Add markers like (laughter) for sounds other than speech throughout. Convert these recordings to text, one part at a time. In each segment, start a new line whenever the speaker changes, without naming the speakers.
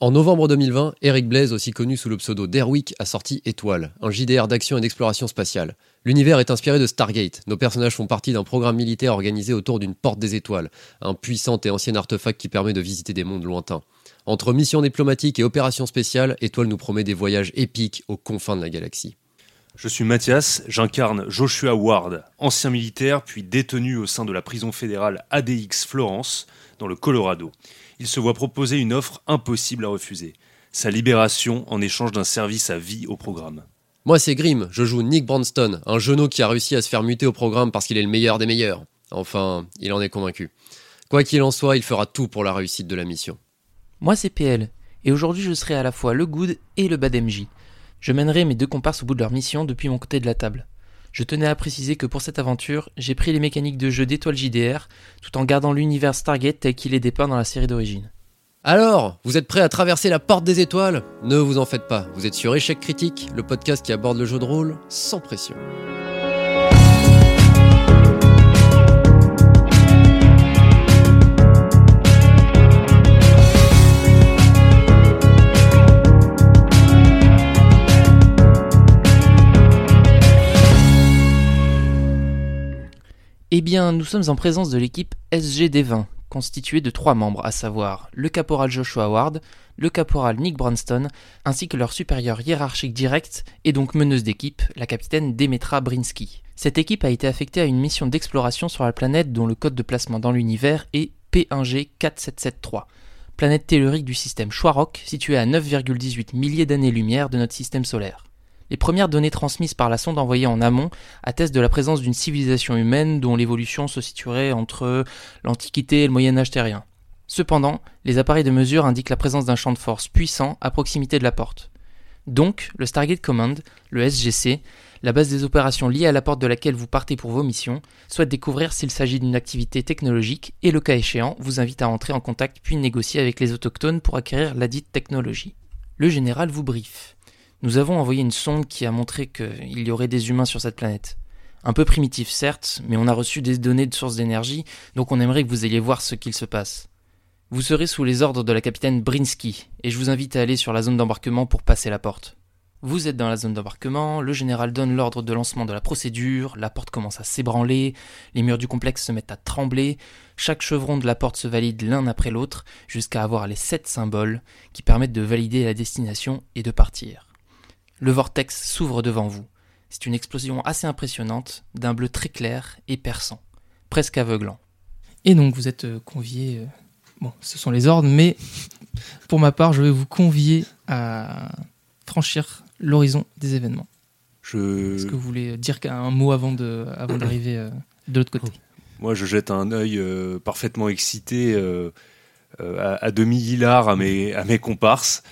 En novembre 2020, Eric Blaise, aussi connu sous le pseudo d'Erwick, a sorti Étoile, un JDR d'action et d'exploration spatiale. L'univers est inspiré de Stargate. Nos personnages font partie d'un programme militaire organisé autour d'une porte des étoiles, un puissant et ancien artefact qui permet de visiter des mondes lointains. Entre missions diplomatiques et opérations spéciales, Étoile nous promet des voyages épiques aux confins de la galaxie.
Je suis Mathias, j'incarne Joshua Ward, ancien militaire puis détenu au sein de la prison fédérale ADX Florence, dans le Colorado. Il se voit proposer une offre impossible à refuser, sa libération en échange d'un service à vie au programme.
Moi c'est Grimm, je joue Nick Branston, un genou qui a réussi à se faire muter au programme parce qu'il est le meilleur des meilleurs. Enfin, il en est convaincu. Quoi qu'il en soit, il fera tout pour la réussite de la mission.
Moi c'est PL, et aujourd'hui je serai à la fois le good et le bad MJ. Je mènerai mes deux comparses au bout de leur mission depuis mon côté de la table. Je tenais à préciser que pour cette aventure, j'ai pris les mécaniques de jeu d'étoiles JDR, tout en gardant l'univers Stargate tel qu'il est dépeint dans la série d'origine.
Alors, vous êtes prêts à traverser la porte des étoiles Ne vous en faites pas, vous êtes sur Échec Critique, le podcast qui aborde le jeu de rôle sans pression.
Eh bien, nous sommes en présence de l'équipe SGD20, constituée de trois membres, à savoir le caporal Joshua Ward, le caporal Nick Branston, ainsi que leur supérieur hiérarchique direct et donc meneuse d'équipe, la capitaine Demetra Brinsky. Cette équipe a été affectée à une mission d'exploration sur la planète dont le code de placement dans l'univers est P1G4773, planète tellurique du système Schwarok, située à 9,18 milliers d'années-lumière de notre système solaire. Les premières données transmises par la sonde envoyée en amont attestent de la présence d'une civilisation humaine dont l'évolution se situerait entre l'Antiquité et le Moyen Âge terrien. Cependant, les appareils de mesure indiquent la présence d'un champ de force puissant à proximité de la porte. Donc, le Stargate Command, le SGC, la base des opérations liées à la porte de laquelle vous partez pour vos missions, souhaite découvrir s'il s'agit d'une activité technologique et le cas échéant vous invite à entrer en contact puis négocier avec les autochtones pour acquérir ladite technologie. Le général vous briefe. Nous avons envoyé une sonde qui a montré qu'il y aurait des humains sur cette planète. Un peu primitif certes, mais on a reçu des données de sources d'énergie, donc on aimerait que vous ayez voir ce qu'il se passe. Vous serez sous les ordres de la capitaine Brinsky, et je vous invite à aller sur la zone d'embarquement pour passer la porte. Vous êtes dans la zone d'embarquement, le général donne l'ordre de lancement de la procédure, la porte commence à s'ébranler, les murs du complexe se mettent à trembler, chaque chevron de la porte se valide l'un après l'autre, jusqu'à avoir les sept symboles qui permettent de valider la destination et de partir. Le vortex s'ouvre devant vous. C'est une explosion assez impressionnante, d'un bleu très clair et perçant, presque aveuglant.
Et donc vous êtes conviés, bon, ce sont les ordres, mais pour ma part, je vais vous convier à franchir l'horizon des événements.
Je...
Est-ce que vous voulez dire un mot avant de, avant d'arriver euh, de l'autre côté
Oh. Moi, je jette un œil euh, parfaitement excité, euh, à, à, demi hilar à mes, à mes comparses.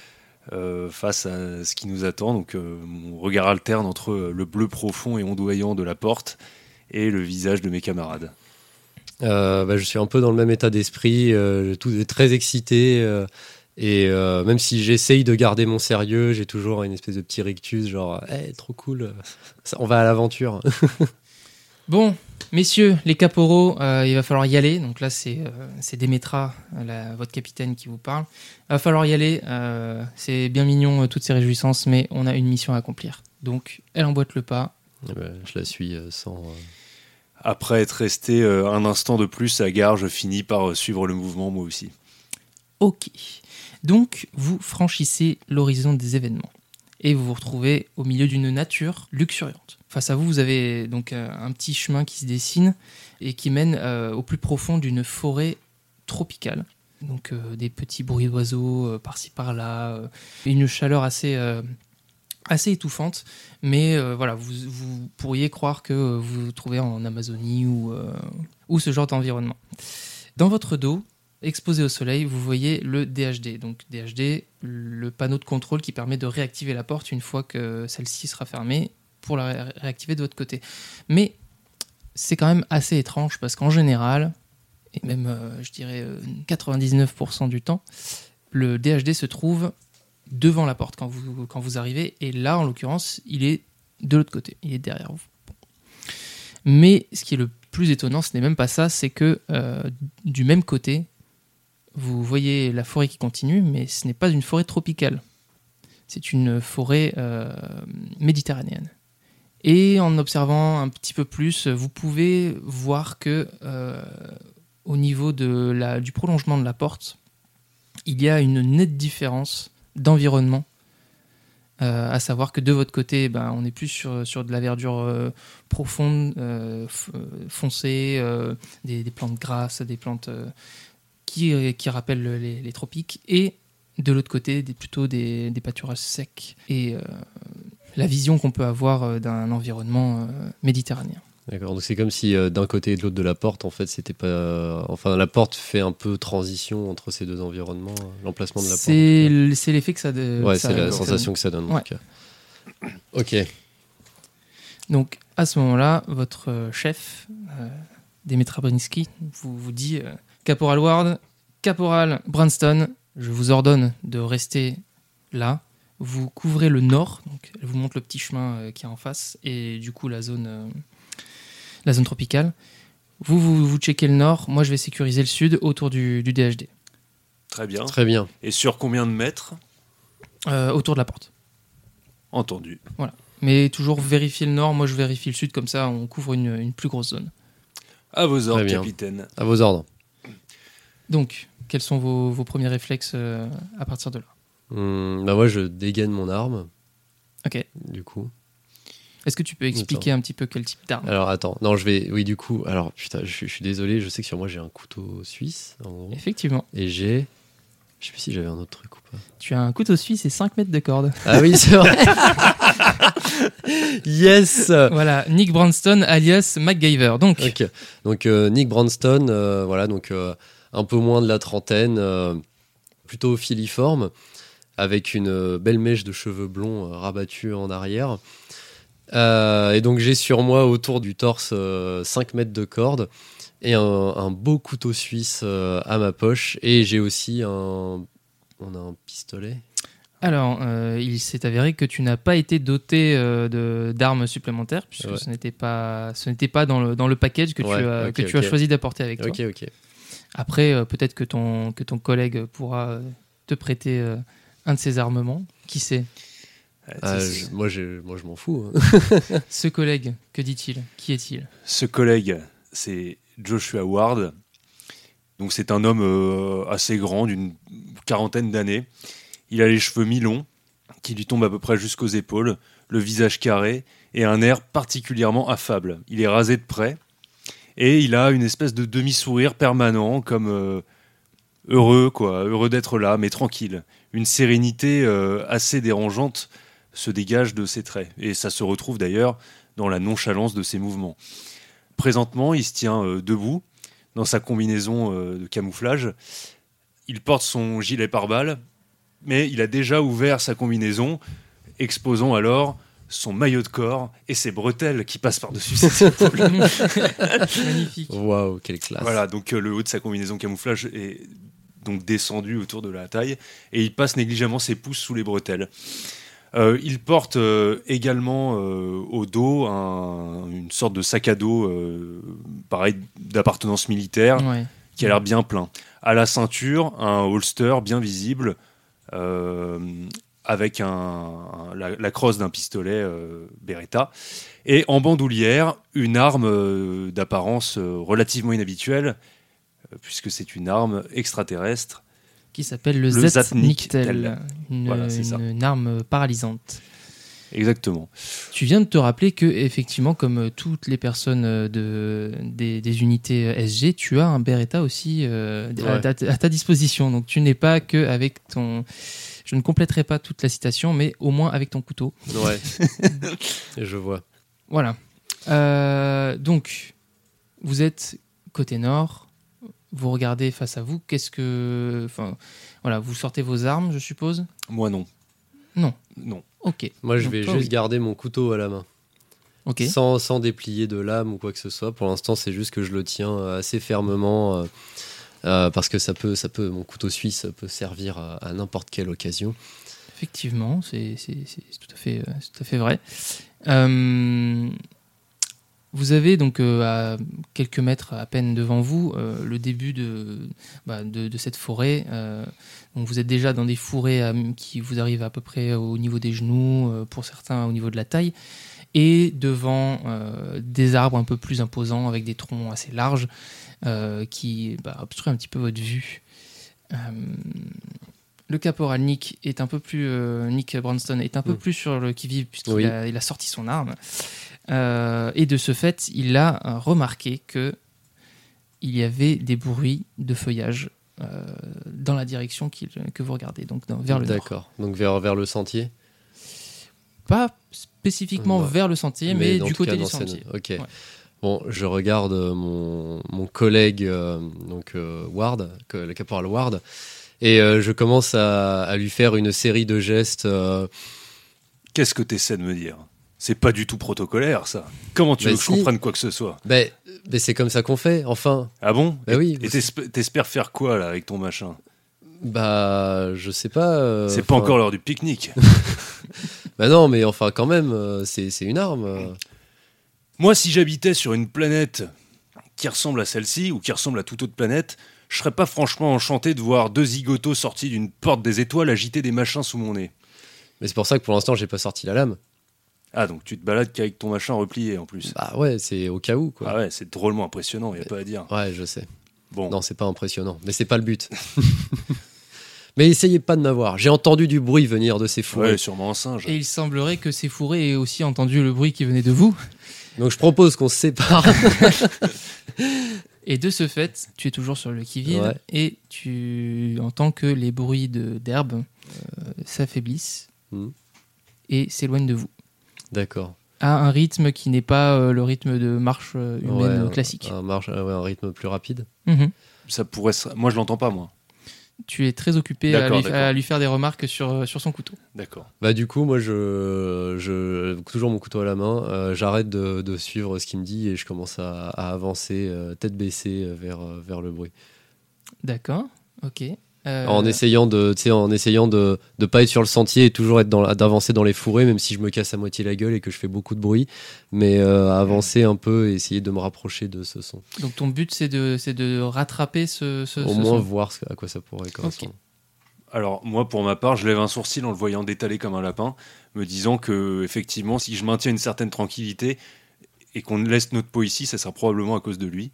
Euh, face à ce qui nous attend. Donc euh, mon regard alterne entre le bleu profond et ondoyant de la porte et le visage de mes camarades.
Euh, bah, je suis un peu dans le même état d'esprit, euh, tout est très excité. euh, et euh, même si j'essaye de garder mon sérieux, j'ai toujours une espèce de petit rictus, genre, hey, trop cool, on va à l'aventure. (laughs)
bon, messieurs, les caporaux, euh, il va falloir y aller. Donc là, c'est Démétra, la, votre capitaine, qui vous parle. Il va falloir y aller. Euh, c'est bien mignon, euh, toutes ces réjouissances, mais on a une mission à accomplir. Donc, elle emboîte le pas.
Eh ben, je la suis euh, sans.
Après être resté euh, un instant de plus à gare, je finis par euh, suivre le mouvement moi aussi.
Ok. Donc, vous franchissez l'horizon des événements et vous vous retrouvez au milieu d'une nature luxuriante. Face à vous, vous avez donc euh, un petit chemin qui se dessine et qui mène euh, au plus profond d'une forêt tropicale. Donc euh, des petits bruits d'oiseaux euh, par-ci par-là, euh, une chaleur assez, euh, assez étouffante, mais euh, voilà, vous, vous, pourriez croire que vous vous trouvez en Amazonie ou, euh, ou ce genre d'environnement. Dans votre dos, exposé au soleil, vous voyez le DHD. Donc DHD, le panneau de contrôle qui permet de réactiver la porte une fois que celle-ci sera fermée pour la ré réactiver de votre côté. Mais c'est quand même assez étrange parce qu'en général, et même, euh, je dirais, euh, 99% du temps, le DHD se trouve devant la porte quand vous, quand vous arrivez. Et là, en l'occurrence, il est de l'autre côté, il est derrière vous. Mais ce qui est le plus étonnant, ce n'est même pas ça, c'est que euh, du même côté,
Vous voyez la forêt qui continue, mais ce n'est pas une forêt tropicale. C'est une forêt euh, méditerranéenne. Et en observant un petit peu plus, vous pouvez voir que euh, au niveau de la- du prolongement de la porte, il y a une nette différence d'environnement. Euh, à savoir que de votre côté, ben, on est plus sur, sur de la verdure euh, profonde, euh, f- euh, foncée, euh, des, des plantes grasses, des plantes euh, qui, euh, qui rappellent les, les tropiques, et de l'autre côté, des, plutôt des, des pâturages secs et euh, la vision qu'on peut avoir euh, d'un environnement euh, méditerranéen.
D'accord, donc c'est comme si euh, d'un côté et de l'autre de la porte, en fait, c'était pas. euh, Enfin, la porte fait un peu transition entre ces deux environnements, euh, l'emplacement de la porte.
C'est l- c'est l'effet que ça, de-
Ouais,
que Euh, ça-
c'est la
que ça
sensation que ça donne. en
Ouais.
tout cas. Ok.
donne. Donc à ce moment-là, votre euh, chef, euh, Demetra Brinsky, vous, vous dit euh, Caporal Ward, Caporal Branston, je vous ordonne de rester là. Vous couvrez le nord, donc elle vous montre le petit chemin euh, qui est en face et du coup la zone, euh, la zone tropicale. Vous, vous, vous checkez le nord, moi je vais sécuriser le sud autour du, du DHD,
Très bien.
Très bien.
Et sur combien de mètres
euh, autour de la porte.
Entendu.
Mais toujours vérifier le nord, moi je vérifie le sud, comme ça on couvre une, une plus grosse zone.
À vos ordres,
Très bien.
capitaine.
À vos ordres.
Donc, quels sont vos, vos premiers réflexes euh, à partir de là
Hum, bah moi, je dégaine mon arme.
Ok.
Du coup.
Est-ce que tu peux expliquer un petit peu quel type d'arme
Alors attends, non, je vais. Oui, du coup. Alors putain, je, suis- je suis désolé. Je sais que sur moi j'ai un couteau suisse en gros,
Effectivement,
et j'ai. Je sais plus si j'avais un autre truc ou pas.
tu as un couteau suisse et 5 mètres de corde. (laughs)
Ah oui, c'est vrai. yes.
voilà, Nick Branston alias MacGyver. Donc,
Ok. Donc euh, Nick Branston, euh, voilà, donc euh, un peu moins de la trentaine, euh, plutôt filiforme, avec une euh, belle mèche de cheveux blonds euh, rabattue en arrière. Euh, et donc j'ai sur moi autour du torse 5 mètres de corde et un, un beau couteau suisse euh, à ma poche et j'ai aussi un on a un pistolet
alors, euh, il s'est avéré que tu n'as pas été doté euh, de- d'armes supplémentaires, puisque
Ouais.
ce n'était pas, ce n'était pas dans, le, dans le package que tu,
Ouais,
as,
ok,
que tu
ok.
as choisi d'apporter avec toi.
ok ok
Après, euh, peut-être que ton, que ton collègue pourra euh, te prêter euh, un de ses armements.
(laughs)
Qui sait
Ouais,
Ah,
Euh,
c'est-
je- moi je moi je m'en fous hein.
(laughs)
Ce collègue, que dit-il Qui est-il
(laughs)
Ce collègue, c'est Joshua Ward. Donc c'est un homme euh, assez grand, d'une quarantaine d'années. Il a les cheveux mi-longs, qui lui tombent à peu près jusqu'aux épaules, le visage carré et un air particulièrement affable. Il est rasé de près et il a une espèce de demi-sourire permanent, comme euh, heureux, quoi, heureux d'être là, mais tranquille. Une sérénité euh, assez dérangeante se dégage de ses traits et ça se retrouve d'ailleurs dans la nonchalance de ses mouvements. Présentement, il se tient euh, debout dans sa combinaison euh, de camouflage. Il porte son gilet pare-balles, mais il a déjà ouvert sa combinaison, exposant alors son maillot de corps et ses bretelles qui passent par-dessus. ses épaules.
Magnifique.
waouh quelle classe
voilà, donc euh, le haut de sa combinaison camouflage est donc descendu autour de la taille et il passe négligemment ses pouces sous les bretelles. Euh, il porte euh, également euh, au dos un- une sorte de sac à dos, euh, pareil, d'appartenance militaire
Ouais.
qui a l'air bien plein. À la ceinture, un holster bien visible, euh, avec un- un- la, la crosse d'un pistolet euh, Beretta. Et en bandoulière, une arme euh, d'apparence euh, relativement inhabituelle, euh, puisque c'est une arme extraterrestre.
Qui s'appelle le,
Le
Zatniktel.
Zatniktel.
Une,
Voilà, c'est ça.
une arme paralysante.
Exactement.
Tu viens de te rappeler que, effectivement, comme toutes les personnes euh, de, des, des unités euh, SG, tu as un Beretta aussi euh,
Ouais.
à, ta- à ta disposition. Donc tu n'es pas que avec ton. Je ne compléterai pas toute la citation, mais au moins avec ton couteau.
(laughs)
ouais je vois
Voilà. Euh, donc, vous êtes côté nord, vous regardez face à vous, qu'est-ce que. Enfin, voilà, vous sortez vos armes, je suppose
Moi, non.
Non.
Non.
Ok,
moi je
Donc,
vais
toi,
juste
oui.
garder mon couteau à la main
ok.
sans, sans déplier de lame ou quoi que ce soit. Pour l'instant, c'est juste que je le tiens euh, assez fermement euh, euh, parce que ça peut, ça peut, mon couteau suisse peut servir à, à n'importe quelle occasion.
Effectivement, c'est c'est- c'est tout, à fait, euh, c'est tout à fait vrai. Euh, Vous avez donc euh, à quelques mètres à peine devant vous euh, le début de, bah, de, de cette forêt. euh, donc vous êtes déjà dans des fourrés euh, qui vous arrivent à peu près euh, au niveau des genoux, euh, pour certains au niveau de la taille, et devant euh, des arbres un peu plus imposants avec des troncs assez larges euh, qui bah, obstruent un petit peu votre vue. Euh, le caporal Nick est un peu plus euh, Nick Branston est un peu
Mm.
plus sur le qui vive puisqu'il
Oui.
a, il a sorti son arme. Euh, et de ce fait, il a euh, remarqué que il y avait des bruits de feuillage euh, dans la direction qu'il- que vous regardez, donc dans- vers le nord.
D'accord. Donc vers, vers le sentier.
Pas spécifiquement
Non.
vers le sentier, mais,
dans
du
tout cas,
côté du
dans cette-
sentier.
Ok.
Ouais.
Bon, je regarde euh, mon, mon collègue, euh, donc euh, Ward, que- le caporal Ward, et euh, je commence à, à lui faire une série de gestes. euh,
Qu'est-ce que t'essaies de me dire C'est pas du tout protocolaire, ça. Comment tu
Bah
veux que
si.
je comprenne quoi que ce soit
ben, ben, c'est comme ça qu'on fait, enfin.
Ah bon
Bah oui.
Et t'esp- t'espères faire quoi, là, avec ton machin
Bah, je sais pas. euh,
C'est pas
enfin,
encore l'heure du pique-nique.
Bah non, mais enfin, quand même, euh, c'est c'est une arme. euh.
Moi, si j'habitais sur une planète qui ressemble à celle-ci ou qui ressemble à toute autre planète, je serais pas franchement enchanté de voir deux zigotos sortis d'une porte des étoiles agiter des machins sous mon nez.
Mais c'est pour ça que pour l'instant, j'ai pas sorti la lame.
Ah, donc tu te balades qu'avec ton machin replié en plus.
Bah ouais, c'est au cas où,
Ah
quoi.
ouais, c'est drôlement impressionnant, y a pas à dire.
Ouais, je sais.
Bon,
Non, c'est pas impressionnant, mais c'est pas le but. (laughs) mais essayez pas de m'avoir. J'ai entendu du bruit venir de ces fourrés.
ouais, sûrement un singe.
Et il semblerait que ces fourrés aient aussi entendu le bruit qui venait de vous.
Donc je propose qu'on se
(laughs)
sépare.
Et de ce fait, tu es toujours sur le qui-vive
Ouais.
et tu entends que les bruits de- d'herbe euh, s'affaiblissent
Mm.
et s'éloignent de vous.
D'accord.
À un rythme qui n'est pas euh, le rythme de marche euh, humaine
Ouais, Ah.
classique.
Un, marche, ah ouais, un rythme plus rapide.
Mhm.
Ça pourrait. se- Moi, je l'entends pas, moi.
Tu es très occupé à
D'accord,
lui,
d'accord.
à lui faire des remarques sur, sur son couteau.
D'accord.
Bah du coup, moi, je, je toujours mon couteau à la main, euh, j'arrête de, de suivre ce qu'il me dit et je commence à, à avancer euh, tête baissée euh, vers, euh, vers le bruit.
D'accord, ok. Euh,
En essayant de, tu sais, en essayant de de pas être sur le sentier et toujours être dans la- d'avancer dans les fourrés, même si je me casse à moitié la gueule et que je fais beaucoup de bruit, mais euh, avancer un peu et essayer de me rapprocher de ce son.
Donc ton but c'est de, c'est de rattraper ce, ce,
Au
ce
moins
son.
voir ce- à quoi ça pourrait correspondre.
Alors, moi, pour ma part, je lève un sourcil en le voyant détaler comme un lapin, me disant que, effectivement, si je maintiens une certaine tranquillité et qu'on laisse notre peau ici, ça sera probablement à cause de lui,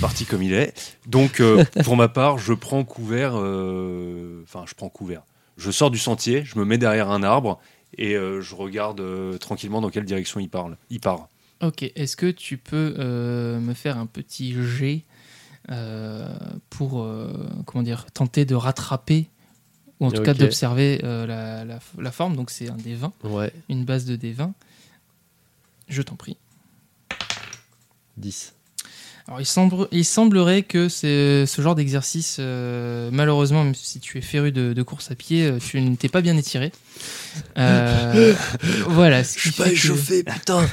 parti comme il est. Donc, euh, pour ma part, je prends couvert. euh, Enfin, je prends couvert. Je sors du sentier, je me mets derrière un arbre et euh, je regarde euh, tranquillement dans quelle direction il parle. Il part.
Ok, est-ce que tu peux euh, me faire un petit jet euh, pour euh, comment dire, tenter de rattraper ou en tout cas
Ok.
d'observer euh, la, la- la forme Donc c'est un D20,
Ouais,
une base de D20. Je t'en prie.
10.
Alors, il, semble, il semblerait que c'est- ce genre d'exercice, euh, malheureusement, même si tu es féru de, de course à pied, euh, tu ne t'es pas bien étiré. Euh, voilà. ce qui fait
(laughs)
que-
putain.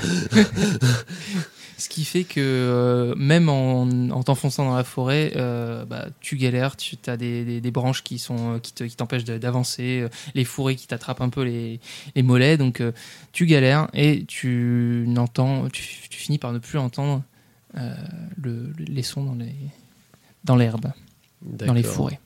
Ce qui fait que euh, même en, en t'enfonçant dans la forêt, euh, bah, tu galères, tu as des, des- des branches qui sont euh, qui te- qui t'empêchent de- d'avancer, euh, les fourrés qui t'attrapent un peu les, les mollets, donc euh, tu galères et tu n'entends, tu, tu finis par ne plus entendre euh, le- le- les sons dans les dans l'herbe, dans les fourrés.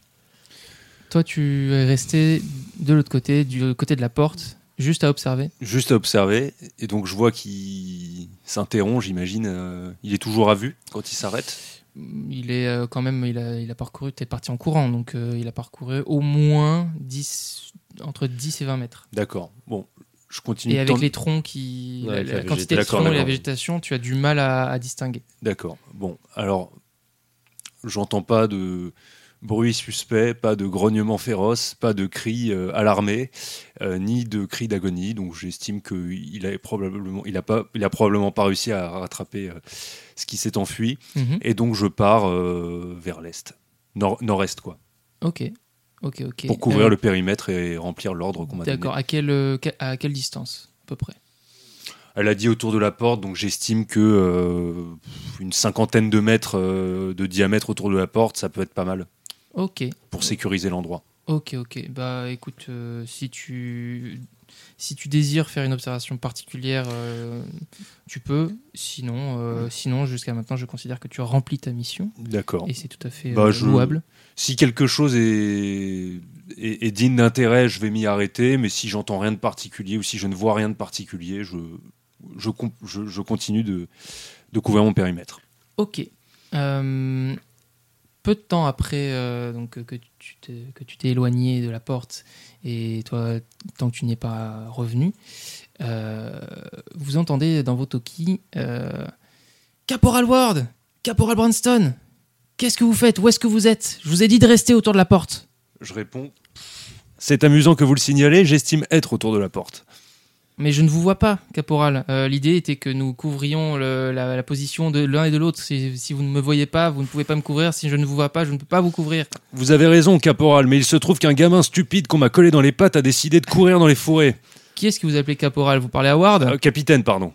Toi, tu es resté de l'autre côté, du côté de la porte, juste à observer.
Juste à observer. Et donc, je vois qu'il s'interrompt, j'imagine. euh, il est toujours à vue quand il s'arrête.
il est euh, quand même, il a, il a parcouru, t'es parti en courant, donc euh, il a parcouru au moins 10, entre 10 et 20 mètres.
D'accord. Bon, je continue.
Et
de
avec
tendre-
les troncs, qui,
Ouais,
la-
avec
la,
la
quantité de
végétation.
troncs et la
D'accord,
végétation, tu as du mal à, à distinguer.
D'accord. Bon, alors, j'entends pas de bruit suspect, pas de grognement féroce, pas de cris euh, alarmés, euh, ni de cris d'agonie. Donc, j'estime qu'il a probablement, il a pas, il a probablement pas réussi à rattraper euh, ce qui s'est enfui.
Mhm.
Et donc, je pars euh, vers l'est, Nord- nord-est, quoi,
Ok, ok, ok.
pour couvrir
Euh,
le périmètre et remplir l'ordre qu'on m'a donné.
D'accord. À quelle, euh, que- à quelle distance, à peu près
Elle a dit autour de la porte, donc j'estime que euh, une cinquantaine de mètres euh, de diamètre autour de la porte, ça peut être pas mal
Ok,
pour sécuriser l'endroit.
ok, ok. Bah, écoute, euh, si tu Si tu désires faire une observation particulière, euh, tu peux. Sinon, euh, sinon jusqu'à maintenant, je considère que tu as rempli ta mission.
D'accord.
Et c'est tout à fait
Bah,
euh,
je-
louable.
Si quelque chose est, est- est digne d'intérêt, je vais m'y arrêter, mais si j'entends rien de particulier ou si je ne vois rien de particulier, je, je, com- je- je continue de, de couvrir mon périmètre.
Ok. Euh, peu de temps après euh, donc, euh, que tu t'es- que tu t'es éloigné de la porte et toi, tant que tu n'y es pas revenu, euh, vous entendez dans vos talkies euh, Caporal Ward Caporal Branston Qu'est-ce que vous faites Où est-ce que vous êtes Je vous ai dit de rester autour de la porte.
Je réponds C'est amusant que vous le signalez, j'estime être autour de la porte.
Mais je ne vous vois pas, Caporal. Euh, L'idée était que nous couvrions le- la, la position de l'un et de l'autre. Si, si vous ne me voyez pas, vous ne pouvez pas me couvrir. Si je ne vous vois pas, je ne peux pas vous couvrir.
Vous avez raison, caporal, mais il se trouve qu'un gamin stupide qu'on m'a collé dans les pattes a décidé de courir dans les forêts.
Qui est-ce que vous appelez caporal Vous parlez à Ward
Euh, capitaine, pardon.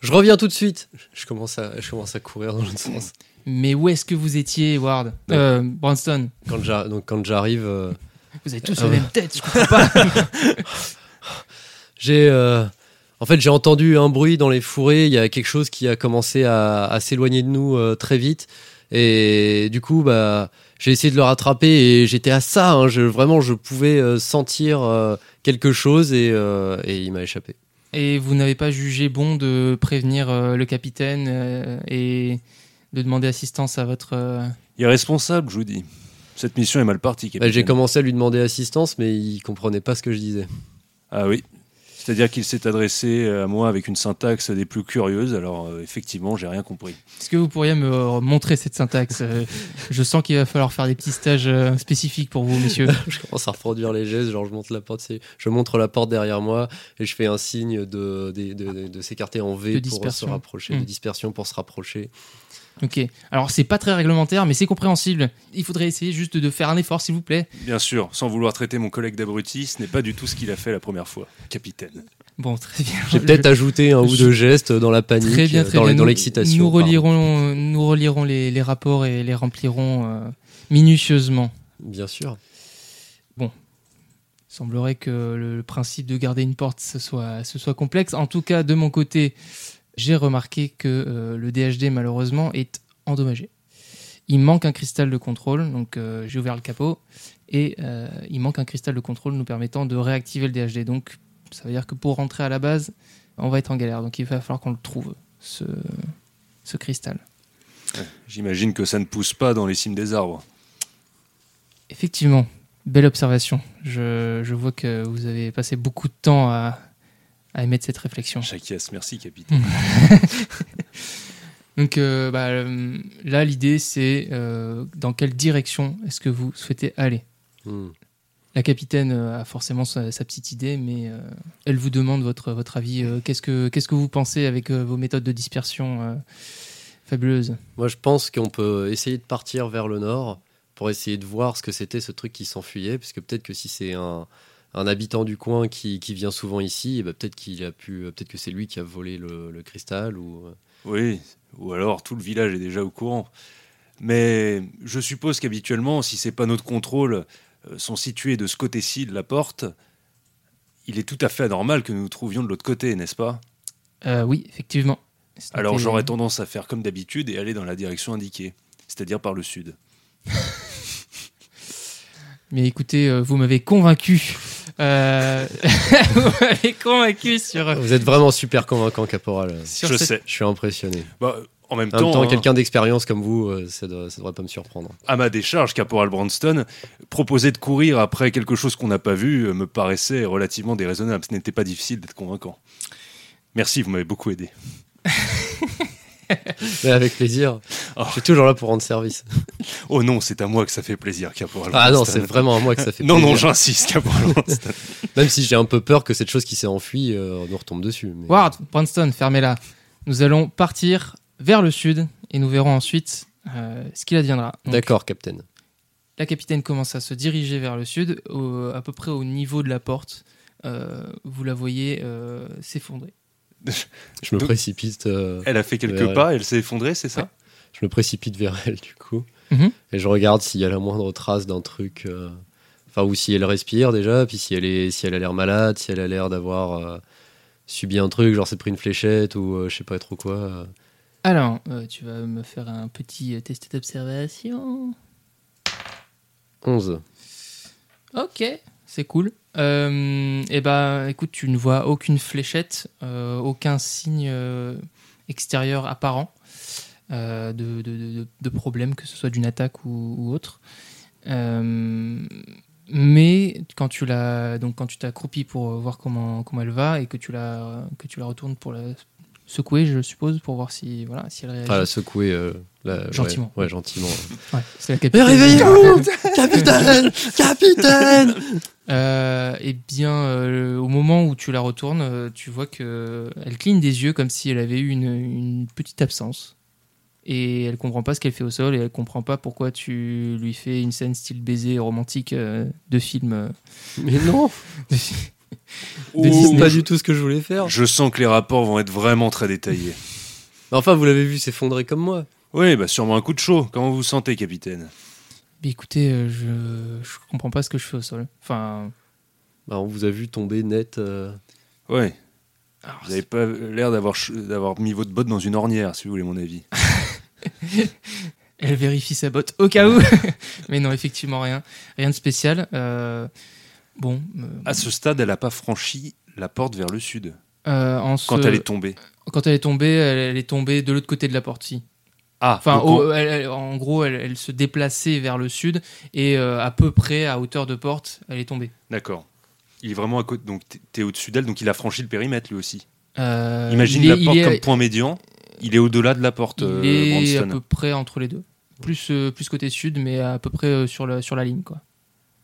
Je reviens tout de suite. Je commence à, je commence à courir dans l'autre sens.
Mais où est-ce que vous étiez, Ward euh, Branston
Quand j'a- donc quand j'arrive, euh,
Vous avez tous
Euh,
la même tête, je comprends pas.
j'ai, euh, en fait, j'ai entendu un bruit dans les fourrés. Il y a quelque chose qui a commencé à, à s'éloigner de nous euh, très vite. Et du coup, bah, j'ai essayé de le rattraper et j'étais à ça. hein. je, vraiment, je pouvais euh, sentir euh, quelque chose et, euh, et il m'a échappé.
Et vous n'avez pas jugé bon de prévenir euh, le capitaine euh, et de demander assistance à votre... euh,
Irresponsable, je vous dis. Cette mission est mal partie,
Bah,
capitaine.
j'ai commencé à lui demander assistance, mais il comprenait pas ce que je disais. (laughs)
Ah oui. C'est-à-dire qu'il s'est adressé euh, à moi avec une syntaxe des plus curieuses, alors euh, effectivement, j'ai rien compris.
Est-ce que vous pourriez me euh, montrer cette syntaxe Euh, Je sens qu'il va falloir faire des petits stages euh, spécifiques pour vous, monsieur.
je commence à reproduire les gestes, genre je monte la porte, c'est- je montre la porte derrière moi et je fais un signe de, de, de- de- de s'écarter en V
De
pour se
dispersion.
rapprocher,
Mm.
de dispersion pour se rapprocher.
Ok. Alors, c'est pas très réglementaire, mais c'est compréhensible. Il faudrait essayer juste de faire un effort, s'il vous plaît.
Bien sûr, sans vouloir traiter mon collègue d'abruti, ce n'est pas du tout ce qu'il a fait la première fois, capitaine.
Bon, très bien.
J'ai
Je-
peut-être ajouté un ou
je-
deux gestes dans la panique, euh,
Très bien, très
dans,
bien.
les- dans
Nous-
l'excitation.
Nous
pardon.
relirons, nous relirons les, les rapports et les remplirons euh, minutieusement.
Bien sûr.
Il semblerait que le, le principe de garder une porte ce soit, ce soit complexe. En tout cas, de mon côté, j'ai remarqué que euh, le DHD, malheureusement, est endommagé. Il manque un cristal de contrôle, donc euh, j'ai ouvert le capot, et euh, il manque un cristal de contrôle nous permettant de réactiver le DHD. Donc, ça veut dire que pour rentrer à la base, on va être en galère. Donc, il va falloir qu'on le trouve, ce, ce cristal.
J'imagine que ça ne pousse pas dans les cimes des arbres.
Effectivement, belle observation. Je, je vois que vous avez passé beaucoup de temps à, à émettre cette réflexion.
J'acquiesce, merci, capitaine.
Donc euh, bah, euh, là, l'idée, c'est euh, dans quelle direction est-ce que vous souhaitez aller
Hmm.
La capitaine euh, a forcément sa, sa petite idée, mais euh, elle vous demande votre, votre avis. Euh, qu'est-ce, que, qu'est-ce que vous pensez avec euh, vos méthodes de dispersion euh, fabuleuses
Moi je pense qu'on peut essayer de partir vers le nord pour essayer de voir ce que c'était ce truc qui s'enfuyait, puisque peut-être que si c'est un, un habitant du coin qui, qui vient souvent ici, eh ben, peut-être qu'il a pu, peut-être que c'est lui qui a volé le, le cristal ou. euh.
Oui, ou alors tout le village est déjà au courant. Mais je suppose qu'habituellement, si c'est pas notre contrôle, euh, sont situés de ce côté-ci de la porte, il est tout à fait anormal que nous nous trouvions de l'autre côté, n'est-ce pas
Euh, Oui, effectivement.
Alors
C'était-
j'aurais tendance à faire comme d'habitude et aller dans la direction indiquée, c'est-à-dire par le sud.
Mais écoutez, euh, vous m'avez convaincu. Euh, (laughs) vous m'avez convaincu sur,
Vous êtes vraiment super convaincant, Caporal.
sur
je
cette-
sais.
Je suis impressionné.
Bah, en même
En
temps,
même temps,
hein,
quelqu'un d'expérience comme vous, euh, ça ne devrait pas me
(laughs)
surprendre.
à ma décharge, Caporal Branston, proposer de courir après quelque chose qu'on n'a pas vu euh, me paraissait relativement déraisonnable. Ce n'était pas difficile d'être convaincant. Merci, vous m'avez beaucoup aidé.
Mais avec plaisir.
Oh.
Je suis toujours là pour rendre
(laughs)
service.
Oh non, c'est à moi que ça fait plaisir, Caporal.
Ah non,
Branston.
c'est vraiment à moi que ça fait
Non, non,
plaisir. (laughs)
j'insiste, Caporal Branston.
Même si j'ai un peu peur que cette chose qui s'est enfuie euh, nous retombe dessus. mais-
Ward, Branston, fermez-la. Nous allons partir vers le sud et nous verrons ensuite euh, ce qu'il adviendra. Donc,
D'accord, Captain.
la capitaine commence à se diriger vers le sud, au- à peu près au niveau de la porte. Euh, vous la voyez euh, s'effondrer.
Je me
Donc-
précipite. euh,
Elle a fait quelques
Ouais, ouais.
pas, elle s'est effondrée, c'est ça
je me précipite vers elle du coup.
Mhm.
Et je regarde s'il y a la moindre trace d'un truc, euh, Enfin, ou si elle respire déjà, puis si elle, est, si elle a l'air malade, si elle a l'air d'avoir euh, subi un truc, genre s'est pris une fléchette ou euh, je sais pas trop quoi. euh.
Alors, euh, tu vas me faire un petit euh, test d'observation.
11.
Ok, c'est cool. Euh, et bah, écoute, tu ne vois aucune fléchette, euh, aucun signe euh, extérieur apparent euh, de, de- de- de problème, que ce soit d'une attaque ou, ou autre. Euh, mais quand tu l'as, donc quand tu t'accroupis pour euh, voir comment comment elle va et que tu la que tu la retournes pour la secouer, je suppose, pour voir si voilà si elle réagit.
Enfin, la secouer. euh, la- ouais,
Gentiment.
Ouais,
(laughs)
gentiment.
Ouais, c'est la capitale.
(laughs) Capitaine Capitaine
Euh, eh bien, euh, au moment où tu la retournes, euh, tu vois que euh, elle cligne des yeux comme si elle avait eu une, une petite absence. Et elle comprend pas ce qu'elle fait au sol et elle comprend pas pourquoi tu lui fais une scène style baiser romantique euh, de film. (laughs) euh,
Mais non
de fi-
C'est
De Disney.
pas du tout ce que je voulais faire.
Je sens que les rapports vont être vraiment très détaillés.
Enfin, vous l'avez vu s'effondrer comme moi.
Oui, bah sûrement un coup de chaud. Comment vous vous sentez, capitaine
Mais écoutez, euh, je, je comprends pas ce que je fais au sol. Enfin,
Bah, on vous a vu tomber net. euh.
Ouais,
alors,
vous n'avez pas l'air d'avoir ch- d'avoir mis votre botte dans une ornière, si vous voulez mon avis.
Elle vérifie sa botte au
(laughs)
cas où. Mais non, effectivement rien, rien de spécial. Euh, bon. euh,
À ce stade, elle n'a pas franchi la porte vers le sud
euh, en
quand
ce-
elle est tombée.
Quand elle est tombée, elle, elle est tombée de l'autre côté de la porte, si.
Ah,
Enfin,
donc
au-
on-
elle- elle- en gros, elle, elle se déplaçait vers le sud et euh, à peu près à hauteur de porte, elle est tombée.
d'accord. Il est vraiment à côté. Donc t'es- t'es au-dessus d'elle, donc il a franchi le périmètre lui aussi.
Euh,
Imagine
il est-
la
il
porte
est-
comme point médian. Il est au-delà de la porte,
Il
euh,
est à
Branston.
peu près entre les deux. Plus, euh, plus côté sud, mais à peu près euh, sur, la, sur la ligne, quoi.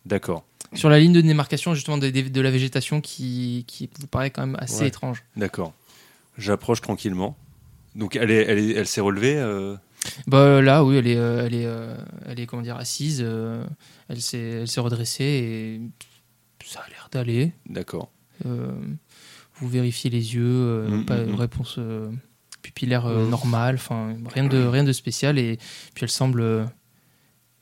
D'accord,
Sur la ligne de démarcation, justement, des- des- de, la végétation qui, qui vous paraît quand même assez
Ouais.
étrange.
d'accord. J'approche tranquillement. Donc elle est, elle est- elle s'est relevée. euh,
Bah, là, oui, elle est, euh, elle est, euh, elle est comment dire, assise. euh, elle s'est elle s'est redressée et ça a l'air d'aller.
D'accord.
Euh, vous vérifiez les yeux, euh,
Mm,
pas
mm, mm.
réponse euh, pupillaire euh,
Mm.
normale, enfin rien de rien de spécial et puis elle semble euh,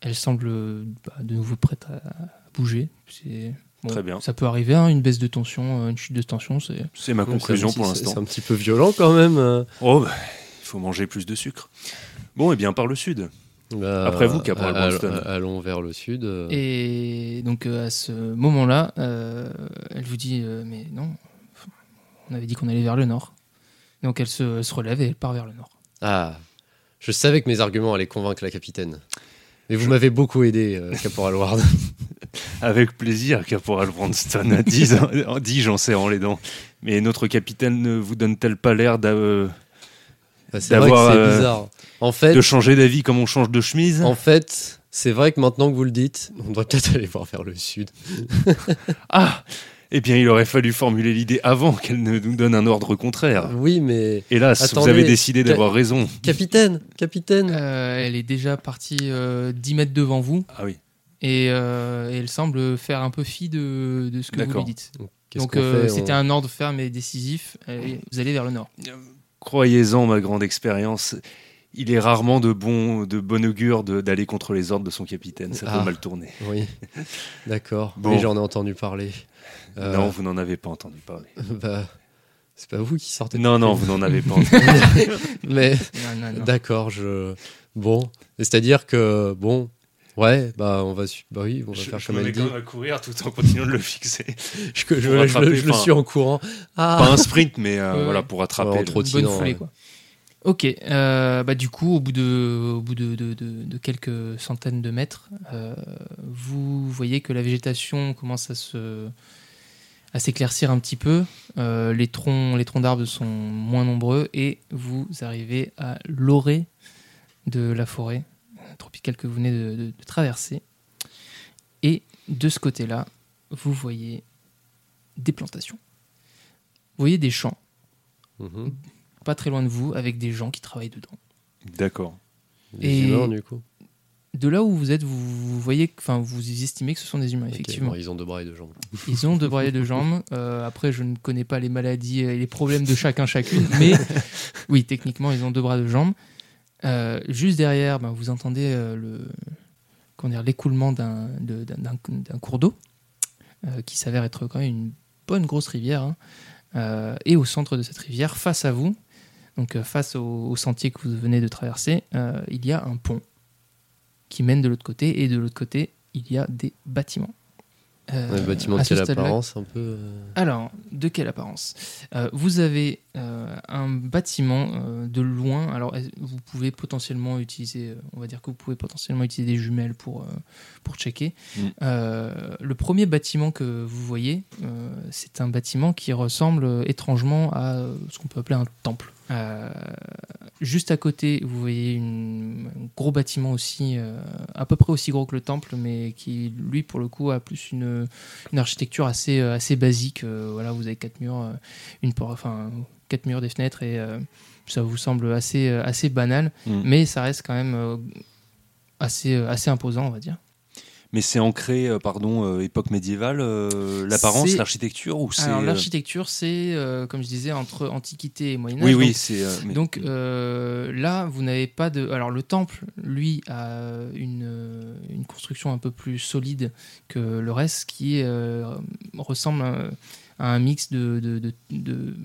elle semble euh, bah, de nouveau prête à, à bouger. C'est bon,
Très bien.
Ça peut arriver, hein, une baisse de tension, euh, une chute de tension, c'est
C'est ma conclusion
C'est un
pour
petit-
l'instant.
C'est un petit peu violent quand même. euh.
Oh, bah, il faut manger plus de sucre. Bon, et bien par le sud.
Bah,
Après vous, Caporal
all-
Branston.
Allons vers le sud. euh.
Et donc euh, à ce moment-là, euh, elle vous dit euh, mais non, on avait dit qu'on allait vers le nord. Donc elle se, elle se relève et elle part vers le nord.
Ah, je savais que mes arguments allaient convaincre la capitaine. Mais vous m'avez beaucoup aidé, euh, Caporal
(laughs)
Ward.
Avec plaisir, Caporal Branston, à 10, en- dis-je en serrant les dents. Mais notre capitaine ne vous donne-t-elle pas l'air d'a- euh,
Bah, c'est vrai que
D'avoir,
c'est
euh,
bizarre. En fait,
de changer d'avis comme on change de chemise
en fait, c'est vrai que maintenant que vous le dites, on devrait peut-être (laughs) aller voir vers le sud.
Ah Eh bien, il aurait fallu formuler l'idée avant qu'elle ne nous donne un ordre contraire.
Oui, mais
Hélas, vous
Attendez,
avez décidé
ca-
d'avoir raison.
capitaine, capitaine.
Euh, elle est déjà partie euh, 10 mètres devant vous.
Ah oui,
et, euh, et elle semble faire un peu fi de, de ce que vous
D'accord.
lui dites.
Qu'est-ce
Donc
qu'on
euh,
fait, on-
c'était un ordre ferme et décisif. et vous allez vers le nord.
croyez-en, ma grande expérience. Il est rarement de bon, de bon augure de- d'aller contre les ordres de son capitaine. Ça
Ah.
peut mal tourner.
Oui, d'accord.
Bon.
Mais j'en ai entendu parler. Euh,
Non, vous n'en avez pas entendu parler.
(laughs) bah, c'est pas vous qui sortez. de- (laughs)
Non, non, vous n'en avez pas entendu.
(laughs)
Mais
Non, non, non.
d'accord, je. Bon, c'est-à-dire que bon, ouais, bah on va, su- bah oui, on va
je,
faire
je
comme
me mets
elle dit.
quand même à courir tout en continuant de le fixer.
Je, je- je- je
rattraper,
le
enfin,
suis en courant.
Pas
Ah.
un sprint, mais euh,
(laughs) Ouais.
voilà, pour attraper.
Ouais, en
le-
trottinant.
Bonne
Sinon,
foulée
ouais.
quoi. Ok, euh, bah du coup, au bout de, au bout de, de- de- de quelques centaines de mètres, euh, vous voyez que la végétation commence à se à s'éclaircir un petit peu. Euh, les troncs, les troncs d'arbres sont moins nombreux et vous arrivez à l'orée de la forêt tropicale que vous venez de, de- de traverser. Et de ce côté-là, vous voyez des plantations. Vous voyez des champs
Mhm.
pas très loin de vous avec des gens qui travaillent dedans.
D'accord.
Des
Et-
humains, du coup.
De là où vous êtes, vous, vous voyez, que- enfin, vous estimez que ce sont des humains,
Ok,
effectivement.
bon, ils ont deux bras et deux jambes.
Ils ont deux bras et deux jambes. Euh, après, je ne connais pas les maladies et les problèmes de chacun, chacune, mais oui, techniquement, ils ont deux bras, deux jambes. Euh, juste derrière, ben, vous entendez euh, le, comment dire, l'écoulement d'un de- d'un- d'un- d'un cours d'eau, euh, qui s'avère être quand même une bonne grosse rivière. hein. Euh, et au centre de cette rivière, face à vous, donc euh, face au, au sentier que vous venez de traverser, euh, il y a un pont qui mène de l'autre côté, et de l'autre côté, il y a des bâtiments. Euh,
Un bâtiment
à
de
ce
quelle
stade-là,
apparence un peu euh,
alors, de quelle apparence Euh, Vous avez euh, un bâtiment euh, de loin. Alors, est- vous pouvez potentiellement utiliser, euh, on va dire que vous pouvez potentiellement utiliser des jumelles pour, euh, pour checker.
Mm.
Euh, le premier bâtiment que vous voyez, euh, c'est un bâtiment qui ressemble euh, étrangement à euh, ce qu'on peut appeler un temple. Euh, juste à côté, vous voyez une- un gros bâtiment aussi, euh, à peu près aussi gros que le temple, mais qui, lui, pour le coup, a plus une une architecture assez, euh, assez basique. euh, voilà, vous avez quatre murs, euh, une por- enfin, quatre murs, des fenêtres, et euh, ça vous semble assez, euh, assez banal,
Mm.
mais ça reste quand même euh, assez, euh, assez imposant, on va dire.
Mais c'est ancré, euh, pardon, euh, époque médiévale, euh, l'apparence,
C'est-
l'architecture ou c'est
Alors,
euh,
l'architecture, c'est, euh, comme je disais, entre Antiquité et Moyen-Âge.
Oui,
donc
oui, c'est. euh, mais-
Donc euh, là, vous n'avez pas de. Alors le temple, lui, a une, euh, une construction un peu plus solide que le reste, qui euh, ressemble à, à un mix de, de- de- de-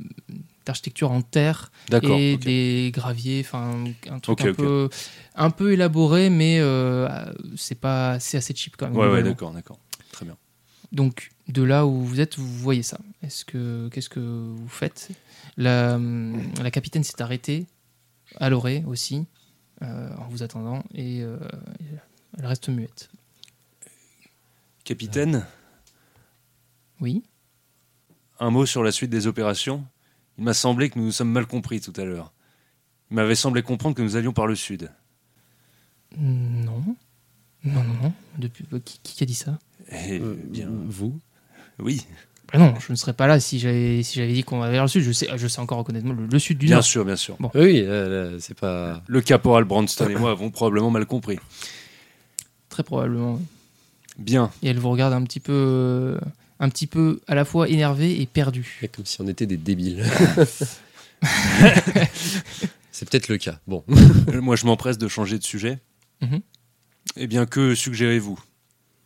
d'architecture en terre
D'accord.
et
ok.
des graviers, enfin un truc
Ok,
un,
ok.
Peu, un peu élaboré, mais euh, c'est pas, c'est assez cheap quand même.
Ouais, ouais,
globalement.
d'accord, d'accord. Très bien.
Donc de là où vous êtes, vous voyez ça. Est-ce que qu'est-ce que vous faites la, la capitaine s'est arrêtée à l'orée aussi euh, en vous attendant et euh, elle reste muette.
Capitaine,
Oui.
un mot sur la suite des opérations. Il m'a semblé que nous nous sommes mal compris tout à l'heure. Il m'avait semblé comprendre que nous allions par le sud.
Non. Non non non. Depuis euh, qui, qui a dit ça
Eh
euh,
bien,
Vous
oui,
Ah Non, je ne serais pas là si j'avais si j'avais dit qu'on allait vers le sud. Je sais je sais encore reconnaître le, le sud du
bien
nord.
sûr, bien sûr.
Oui, là, là, c'est pas.
Le caporal Branston et moi avons probablement mal compris.
Très probablement.
Bien,
Et elle vous regarde un petit peu euh, un petit peu à la fois énervée et perdue.
Comme si on était des (laughs) débiles. c'est peut-être le cas. Bon.
Euh, moi je m'empresse de changer de sujet.
Mhm.
Eh bien, que suggérez-vous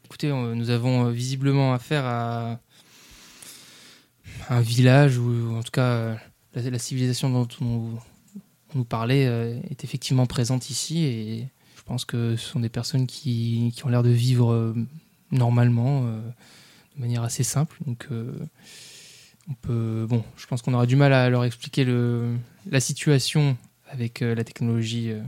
Écoutez, on- nous avons euh, visiblement affaire à un village, ou ou en tout cas, euh, la, la civilisation dont on, on nous parlait euh, est effectivement présente ici, et je pense que ce sont des personnes qui, qui ont l'air de vivre euh, normalement, euh, de manière assez simple. Donc, euh, on peut, bon, je pense qu'on aura du mal à leur expliquer le, la situation avec euh, la technologie. euh,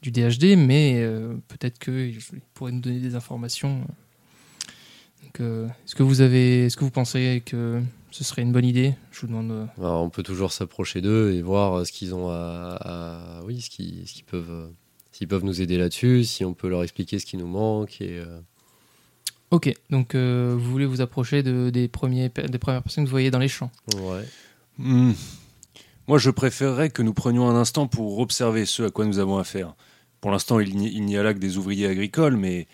du DHD, mais euh, peut-être qu'ils pourraient nous donner des informations euh, donc, euh, est-ce que vous avez, est-ce que vous pensez que ce serait une bonne idée Je vous demande. euh,
Alors, on peut toujours s'approcher d'eux et voir euh, ce qu'ils ont à, à- oui, ce qu'ils, ce qu'ils peuvent, euh, s'ils peuvent nous aider là-dessus, si on peut leur expliquer ce qui nous manque et euh,
Ok, donc euh, vous voulez vous approcher de, des premiers, pe- des premières personnes que vous voyez dans les champs.
ouais.
Hmm. Moi, je préférerais que nous prenions un instant pour observer ce à quoi nous avons affaire. Pour l'instant, il n'y il n'y a là que des ouvriers agricoles, mais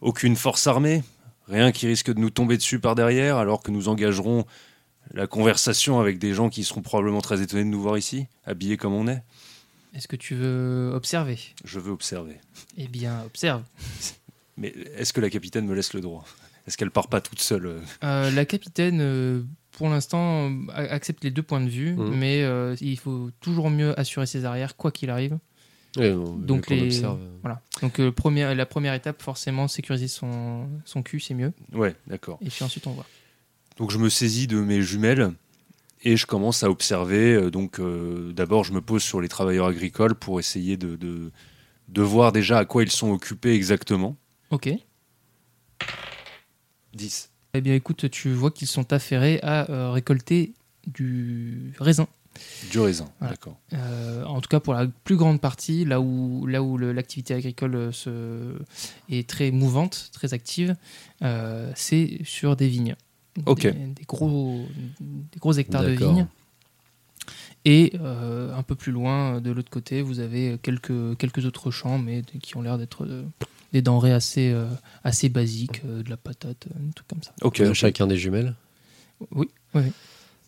aucune force armée, rien qui risque de nous tomber dessus par derrière, alors que nous engagerons la conversation avec des gens qui seront probablement très étonnés de nous voir ici, habillés comme on est.
Est-ce que tu veux observer
Je veux observer.
Eh bien, observe.
Mais est-ce que la capitaine me laisse le droit Est-ce qu'elle part pas toute seule euh
Euh, la capitaine, euh, pour l'instant, euh, a- accepte les deux points de vue,
Mhm.
mais euh, il faut toujours mieux assurer ses arrières, quoi qu'il arrive.
Et on- vu
Donc
qu'on
les-
observe, euh,
Voilà. Donc euh, première- la première étape, forcément, sécuriser son, son cul, c'est mieux.
Ouais, d'accord.
Et puis ensuite, on voit.
Donc je me saisis de mes jumelles et je commence à observer. Euh, Donc euh, d'abord je me pose sur les travailleurs agricoles pour essayer de, de, de voir déjà à quoi ils sont occupés exactement.
Ok.
10.
Eh bien, écoute, tu vois qu'ils sont affairés à euh, récolter du raisin.
Du raisin,
Voilà.
d'accord.
Euh, en tout cas, pour la plus grande partie, là où là où le- l'activité agricole euh, se, est très mouvante, très active, euh, c'est sur des vignes.
Ok.
Des, des gros des gros hectares
D'accord.
de vignes. Et euh, un peu plus loin, de l'autre côté, vous avez quelques quelques autres champs, mais des- qui ont l'air d'être euh, des denrées assez euh, assez basiques, euh, de la patate, euh, des trucs comme ça.
Ok.
on a chacun des jumelles.
Oui, oui, oui.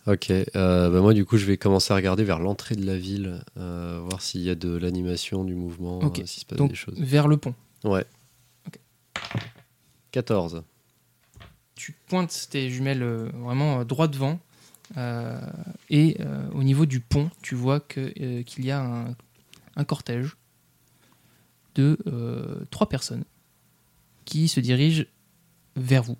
Ok. euh, bah moi, du coup, je vais commencer à regarder vers l'entrée de la ville, euh, voir s'il y a de l'animation, du mouvement,
Ok.
euh, s'il se passe
Donc,
des choses.
vers le pont.
Ouais.
Ok.
14.
tu pointes tes jumelles euh, vraiment euh, droit devant. euh, et euh, au niveau du pont, tu vois que, euh, qu'il y a un, un cortège de euh, trois personnes qui se dirigent vers vous.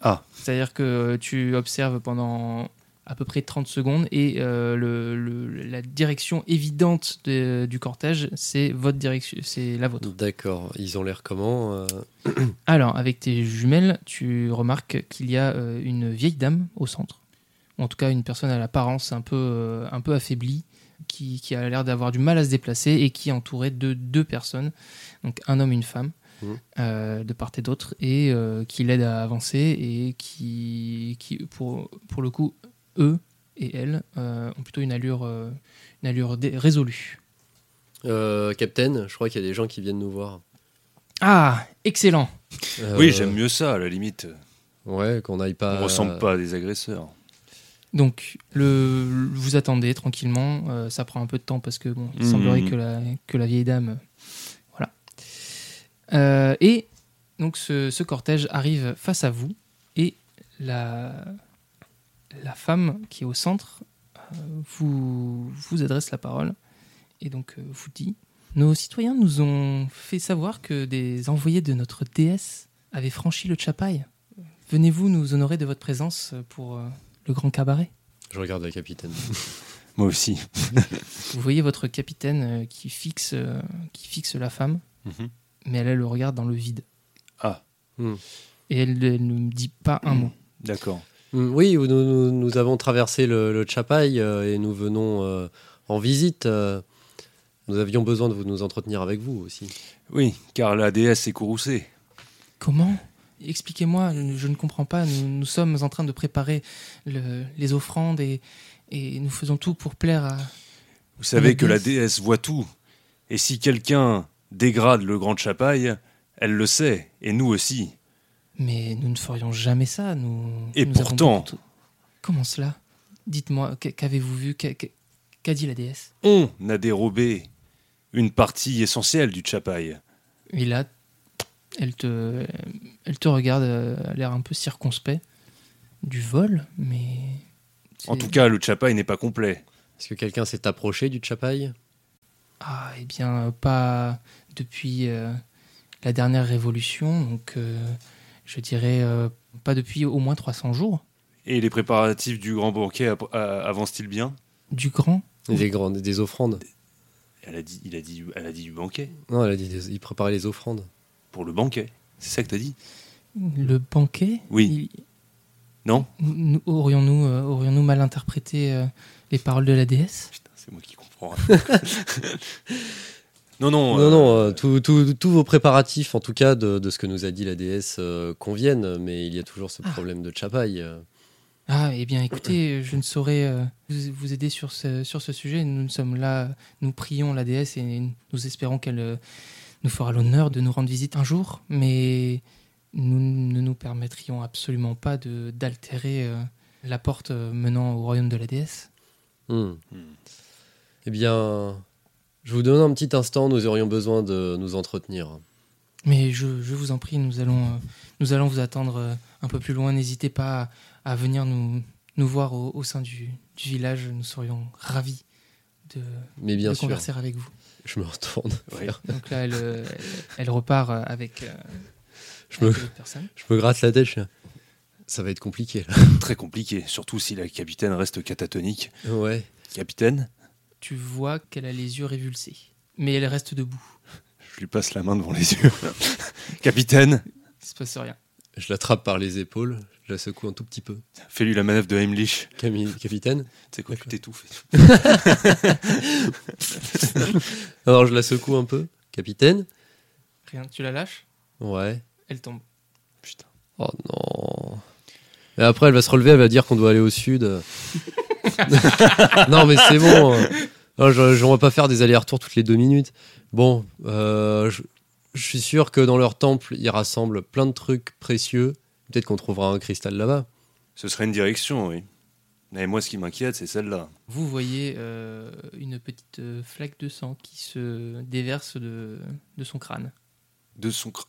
Ah.
C'est-à-dire que tu observes pendant à peu près 30 secondes et euh, le- le- la direction évidente de- du cortège, c'est votre direction, c'est la vôtre.
D'accord. Ils ont l'air comment euh,
Alors, avec tes jumelles, tu remarques qu'il y a euh, une vieille dame au centre, ou en tout cas une personne à l'apparence un peu, euh, un peu affaiblie, qui, qui a l'air d'avoir du mal à se déplacer et qui est entourée de deux personnes, donc un homme et une femme,
Mhm.
euh, de part et d'autre, et euh, qui l'aident à avancer et qui, qui pour, pour le coup, eux et elles euh, ont plutôt une allure, euh, une allure dé- résolue.
euh, Captain, je crois qu'il y a des gens qui viennent nous voir.
Ah, excellent
Euh,
Oui, j'aime mieux ça, à la limite.
Ouais, qu'on aille
On
pas. euh,
ressemble pas à des agresseurs.
Donc, le, le- vous attendez tranquillement. euh, ça prend un peu de temps parce que bon, il
Mhm.
semblerait que la, que la vieille dame, euh, voilà. Euh, et donc ce, ce cortège arrive face à vous et la la femme qui est au centre euh, vous vous adresse la parole et donc euh, vous dit nos citoyens nous ont fait savoir que des envoyés de notre déesse avaient franchi le Chapaï. Venez-vous nous honorer de votre présence pour euh, le grand cabaret.
Je regarde la capitaine.
Moi aussi.
Vous voyez votre capitaine euh, qui fixe, euh, qui fixe la femme,
Mhm.
mais elle, elle le regarde dans le vide.
Ah. Hmm.
Hmm.
Et elle, elle ne dit pas un mot.
D'accord.
Mm, Oui, nous, nous- nous avons traversé le, le Chapai euh, et nous venons euh, en visite. euh. nous avions besoin de vous- nous entretenir avec vous aussi.
Oui, car la déesse est courroucée.
Comment Expliquez-moi, je ne comprends pas. Nous, nous sommes en train de préparer le- les offrandes et, et nous faisons tout pour plaire à...
Vous savez
La
que la
déesse.
déesse voit tout. Et si quelqu'un dégrade le grand chapaille, elle le sait, et nous aussi.
Mais nous ne ferions jamais ça. Nous,
Et
nous avons
pourtant-
beaucoup de- Comment cela Dites-moi, qu'a- qu'avez-vous vu Qu'a- qu'a- Qu'a dit la déesse
On a dérobé une partie essentielle du chapaille.
Et là, elle te, elle te regarde, euh, elle a l'air un peu circonspect. Du vol, mais.
En
c'est-
tout cas, le chapaille n'est pas complet.
Est-ce que quelqu'un s'est approché du Chapai
Ah, eh bien, euh, pas depuis euh, la dernière révolution, donc euh, je dirais euh, pas depuis au moins 300 jours.
Et les préparatifs du grand banquet ap- a- avancent-ils bien
Du grand
des, grandes, des offrandes
elle a, dit, il a dit, elle a dit du banquet.
Non, elle a dit des- il préparait les offrandes.
Pour le banquet. C'est ça que t'as dit
Le banquet
Oui.
il-
Non
nous- Aurions-nous euh, aurions-nous mal interprété euh, les paroles de la déesse
Putain, c'est moi qui comprends. (laughs) non, non.
non,
euh,
non, euh, tout- tout- tous vos préparatifs, en tout cas, de, de ce que nous a dit la déesse, euh, conviennent, mais il y a toujours ce
Ah.
problème de Chapai. euh.
Ah, eh bien, écoutez, je ne saurais euh, vous, vous aider sur ce, sur ce sujet. Nous, nous sommes là, nous prions la déesse et nous espérons qu'elle euh, nous fera l'honneur de nous rendre visite un jour, mais nous ne nous permettrions absolument pas de- d'altérer euh, la porte euh, menant au royaume de la déesse.
Hmm.
Hmm.
Eh bien, je vous donne un petit instant, nous aurions besoin de nous entretenir.
Mais je, je vous en prie, nous allons, euh, nous allons vous attendre euh, un peu plus loin. N'hésitez pas à, à venir nous, nous voir au, au sein du, du village. Nous serions ravis de,
Mais bien
de
sûr,
converser avec vous.
je me retourne.
Ouais.
Donc là, elle, euh, elle- elle repart euh, avec, euh,
Je me-
avec l'autre personne.
Je me gratte la tête, je fais, ça va être compliqué là.
Très compliqué, surtout si la capitaine reste catatonique.
Ouais.
Capitaine,
Tu vois qu'elle a les yeux révulsés, mais elle reste debout.
je lui passe la main devant les (laughs) yeux. capitaine,
Il se passe rien.
Je l'attrape par les épaules, je la secoue un tout petit peu.
fais-lui la manœuvre de Heimlich.
Camille, capitaine
C'est quoi, tu
D'accord.
t'étouffes. et tout.
Alors je la secoue un peu. Capitaine
Rien. Tu la lâches,
Ouais.
elle tombe.
Putain.
Oh non. Et après, elle va se relever, elle va dire qu'on doit aller au sud. non, mais c'est bon. hein. Non, je, je- on va pas faire des allers-retours toutes les deux minutes. Bon, euh, je, je suis sûr que dans leur temple, ils rassemblent plein de trucs précieux. Peut-être qu'on trouvera un cristal là-bas.
Ce serait une direction, oui. Mais moi, ce qui m'inquiète, c'est celle-là.
Vous voyez euh, une petite euh, flaque de sang qui se déverse de, de son crâne.
De son cr-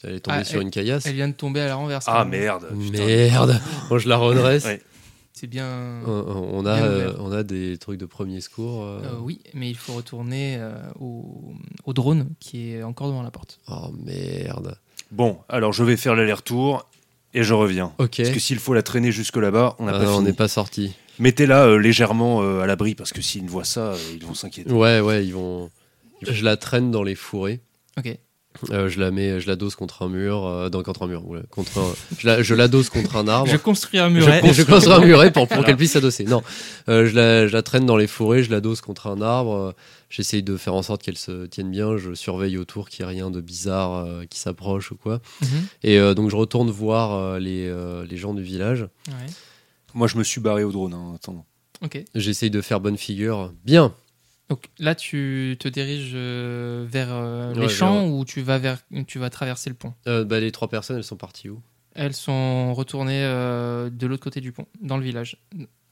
Putain, Elle est tombée
Ah,
sur une caillasse. Euh,
Elle vient de tomber à la renverse.
Ah
quand même.
merde. putain.
Merde Bon, je la redresse.
Ouais.
C'est bien.
On, on- on a,
Bien
euh,
ouvert.
on a des trucs de premier secours. euh.
Euh, oui, mais il faut retourner euh, au, au drone qui est encore devant la porte.
Oh merde.
Bon, alors je vais faire l'aller-retour et je reviens.
Ok.
Parce que s'il faut la traîner jusque là-bas, on n'a
Ah,
pas
on
fini.
n'est pas sorti.
Mettez-la euh, légèrement euh, à l'abri parce que s'ils voient ça, euh, ils vont s'inquiéter.
Ouais, ouais, ils vont. Je la traîne dans les fourrés.
Ok.
Euh, je la mets, je la dose contre un mur, euh, dans- contre un mur, ouais, contre un- je, la, je la dose contre un arbre.
Je construis un
Ah Je,
muret.
je construis un muret pour, pour
Voilà.
qu'elle puisse s'adosser. Non, Euh, je, la, je la traîne dans les forêts, je la dose contre un arbre. euh, J'essaye de faire en sorte qu'elle se tienne bien. Je surveille autour qu'il n'y ait rien de bizarre euh, qui s'approche ou quoi.
(laughs) Mhm.
Et euh, donc je retourne voir euh, les, euh, les gens du village.
Ouais.
Moi, je me suis barré au drone. hein, en attendant.
Ok.
J'essaye de faire bonne figure. Bien.
Donc là, tu te diriges euh, vers euh,
Ouais,
les champs
vers-
ou tu vas, vers, tu vas traverser le pont
Euh, bah, les trois personnes, elles sont parties où
Elles sont retournées euh, de l'autre côté du pont, dans le village.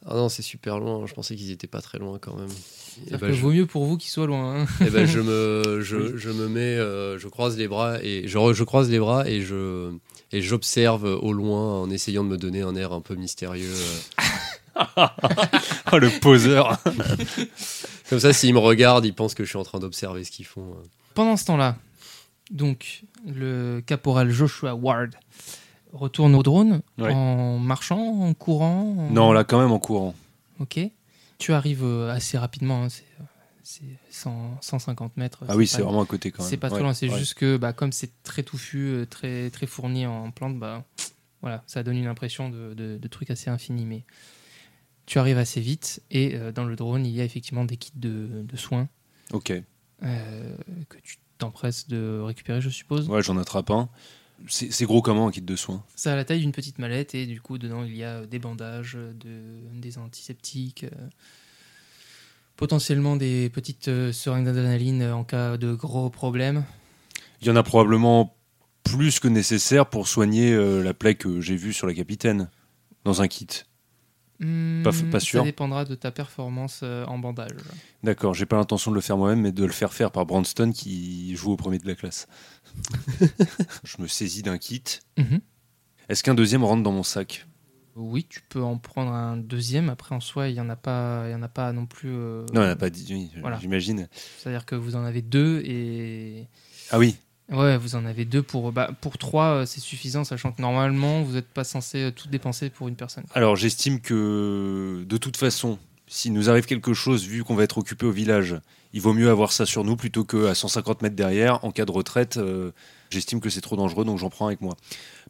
Ah non, c'est super loin. Je pensais qu'ils étaient pas très loin quand même. Et
Eh
bah,
C'est-à-dire
ben,
que
je,
vaut mieux pour vous qu'ils soient loin. hein. (laughs)
eh ben, je me, je, je me mets, euh, je croise les bras et je, re- je croise les bras et je et j'observe au loin en essayant de me donner un air un peu mystérieux. euh.
Ah, le poseur
Comme ça, s'ils me regardent, ils pensent que je suis en train d'observer ce qu'ils font. euh.
Pendant ce temps-là, donc le caporal Joshua Ward retourne au drone
Ouais.
en marchant, en courant.
(laughs)
en-
Non, là, quand même en courant.
Ok. Tu arrives euh, assez rapidement. hein, c'est, euh, c'est 100 150 mètres.
Ah oui,
pas-
c'est vraiment à côté quand même.
C'est pas trop
Ouais,
loin, c'est
ouais.
juste que bah, comme c'est très touffu, euh, très, très fourni en plantes, bah, voilà, ça donne une impression de, de, de truc assez infini. Mais tu arrives assez vite et euh, dans le drone, il y a effectivement des kits de, de soins
Ok.
euh, que tu t'empresses de récupérer, je suppose.
Ouais, j'en attrape un. C'est c'est gros comment un kit de soins
Ça a la taille d'une petite mallette et du coup, dedans, il y a euh, des bandages, euh, de, des antiseptiques. euh, Potentiellement des petites euh, seringues d'adrénaline euh, en cas de gros problèmes.
Il y en a probablement plus que nécessaire pour soigner euh, la plaie que j'ai vue sur la capitaine dans un kit. Pas f-
Hmm,
pas sûr.
Ça dépendra de ta performance euh, en bandage.
D'accord, j'ai pas l'intention de le faire moi-même, mais de le faire faire par Branston qui joue au premier de la classe. je me saisis d'un kit. Mhm. Est-ce qu'un deuxième rentre dans mon sac
Oui, tu peux en prendre un deuxième. Après, en soi, il n'y en, a pas- il y en a pas non plus. euh,
Non, elle n'a pas dit, oui,
Voilà.
j'imagine.
C'est-à-dire que vous en avez deux et.
Ah oui,
Ouais, vous en avez deux pour. bah, pour trois, euh, c'est suffisant, sachant que normalement, vous n'êtes pas censé euh, tout dépenser pour une personne.
alors j'estime que de toute façon, s'il nous arrive quelque chose, vu qu'on va être occupé au village, il vaut mieux avoir ça sur nous plutôt qu'à 150 mètres derrière, en cas de retraite. euh, j'estime que c'est trop dangereux, donc j'en prends avec moi.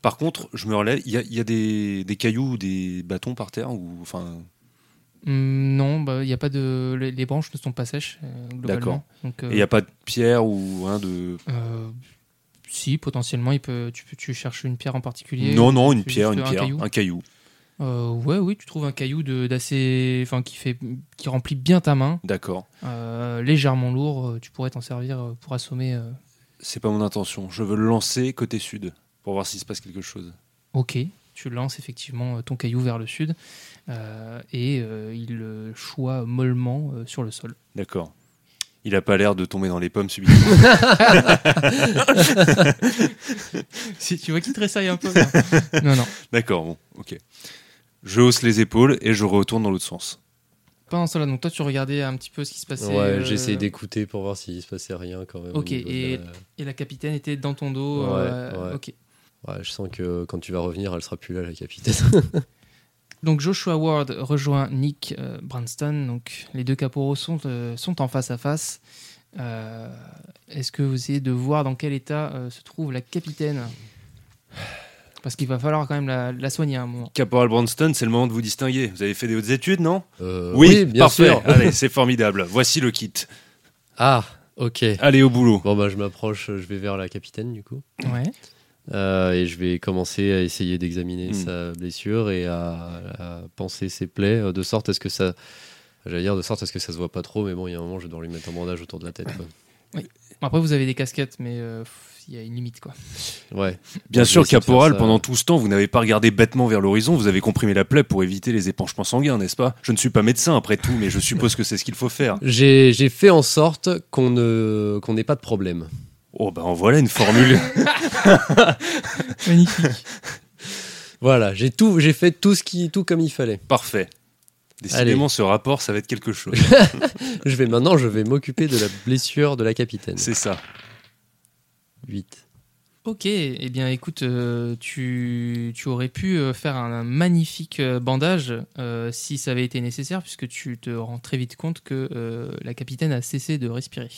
Par contre, je me relève, il y a, il y a des, des cailloux ou des bâtons par terre ou, enfin,
Hum, non, bah, il n'y a pas de. Les, les branches ne sont pas sèches, euh,
D'accord.
globalement. Donc, euh,
et Il n'y a pas de pierre ou hein, de
euh, si, potentiellement, il peut, tu, peux- tu cherches une pierre en particulier
Non, non, une
c'est
pierre,
juste
une
un
pierre,
caillou
un caillou.
Euh, ouais, oui, tu trouves un caillou de- d'assez, enfin qui fait, qui remplit bien ta main,
D'accord.
euh, légèrement lourd. euh, Tu pourrais t'en servir euh, pour assommer. euh.
C'est pas mon intention. Je veux le lancer côté sud pour voir s'il se passe quelque chose.
Ok, tu lances effectivement euh, ton caillou vers le sud euh, et euh, il euh, choit mollement euh, sur le sol.
D'accord. Il a pas l'air de tomber dans les pommes subitement.
(laughs)
(laughs)
Si tu vois qu'il tressaille un peu. (laughs) non, non.
D'accord, bon, ok. Je hausse les épaules et je retourne dans l'autre sens.
Pendant cela, donc toi, tu regardais un petit peu ce qui se passait.
Ouais,
euh,
j'essaye d'écouter pour voir s'il se passait rien quand même. au
Ok,
niveau de
et-
la-
Et la capitaine était dans ton dos.
Ouais,
euh,
ouais.
Ok.
Ouais, je sens que quand tu vas revenir, elle sera plus là, la capitaine. (laughs)
Donc Joshua Ward rejoint Nick euh, Branston. Donc les deux caporaux sont, euh, sont en face à face. Euh, Est-ce que vous essayez de voir dans quel état euh, se trouve la capitaine Parce qu'il va falloir quand même la, la soigner à un moment.
Caporal Branston, c'est le moment de vous distinguer. Vous avez fait des hautes études, non
Euh,
parfait. Allez, c'est formidable. Voici le kit.
Ah, ok.
Allez au boulot.
Bon, bah, je m'approche, je vais vers la capitaine, du coup.
Ouais.
Euh, et je vais commencer à essayer d'examiner
Mm.
sa blessure et à, à penser ses plaies, euh, de sorte à ce que ça. J'allais dire de sorte à ce que ça se voit pas trop, mais bon, il y a un moment, je vais devoir lui mettre un bandage autour de la tête. quoi.
Bon, après vous avez des casquettes, mais euh, pff, il y a une limite quoi.
Ouais. Je
Bien
vais
sûr,
essayer de faire
Caporal,
ça.
pendant tout ce temps, vous n'avez pas regardé bêtement vers l'horizon, vous avez comprimé la plaie pour éviter les épanchements sanguins, n'est-ce pas Je ne suis pas médecin après tout, mais je suppose que c'est ce qu'il faut faire.
J'ai j'ai fait en sorte qu'on ne- qu'on n'ait pas de problème.
Oh, ben voilà une
(laughs)
formule.
(laughs) Magnifique.
Voilà, j'ai tout, j'ai fait tout ce qui, tout comme il fallait.
Parfait. Décidément, ce rapport, ça va être quelque chose.
Je vais maintenant, je vais m'occuper de la blessure de la capitaine.
C'est ça.
8.
Ok, eh bien écoute, euh, tu, tu aurais pu euh, faire un, un magnifique euh, bandage euh, si ça avait été nécessaire, puisque tu te rends très vite compte que euh, la capitaine a cessé de respirer.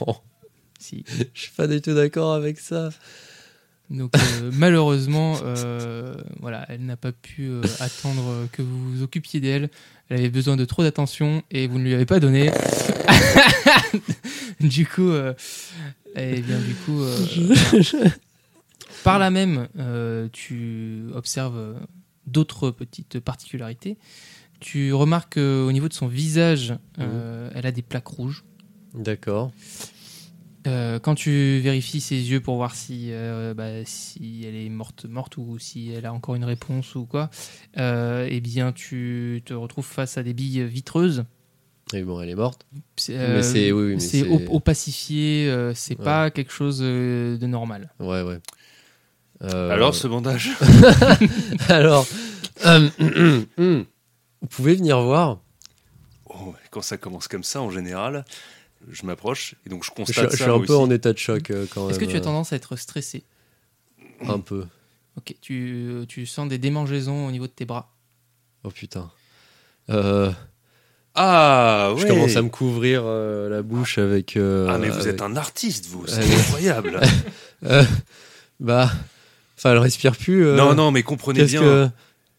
Non, (laughs)
Si.
je suis pas du tout d'accord avec ça.
Donc euh, (laughs) malheureusement, euh, voilà, elle n'a pas pu euh, attendre euh, que vous vous occupiez d'elle. Elle avait besoin de trop d'attention et vous ne lui avez pas donné. (laughs) du coup, euh, eh bien du coup, euh, par là même, euh, tu observes euh, d'autres petites particularités. Tu remarques qu'au niveau de son visage, euh, elle a des plaques rouges.
D'accord.
Euh, quand tu vérifies ses yeux pour voir si, euh, bah, si elle est morte, morte ou si elle a encore une réponse ou quoi, euh, eh bien tu te retrouves face à des billes vitreuses.
Et bon, elle est morte.
C'est,
mais
euh,
c'est, oui, oui, mais
c'est
c'est.
op- opacifié, euh, c'est
Ouais.
pas quelque chose euh, de normal.
Ouais, ouais. Euh,
Alors,
(laughs)
ce bandage
alors, euh, hmm, vous pouvez venir voir.
Oh, Quand ça commence comme ça, en général, je m'approche et donc je
Je,
constate
je suis
ça.
un
moi
peu
aussi.
en état de choc euh, quand même.
Est-ce que tu as
euh,
tendance à être stressé
Un peu.
Ok, tu, tu sens des démangeaisons au niveau de tes bras.
Oh putain. Euh,
Ah, ouais.
Je commence à me couvrir euh, la bouche avec. euh,
Ah, mais vous
avec-
êtes un artiste, vous. C'est
Ah, mais-
incroyable.
Euh, bah, enfin, elle respire plus. (laughs) euh,
non, non, mais comprenez
Qu'est-ce
bien. hein.
que.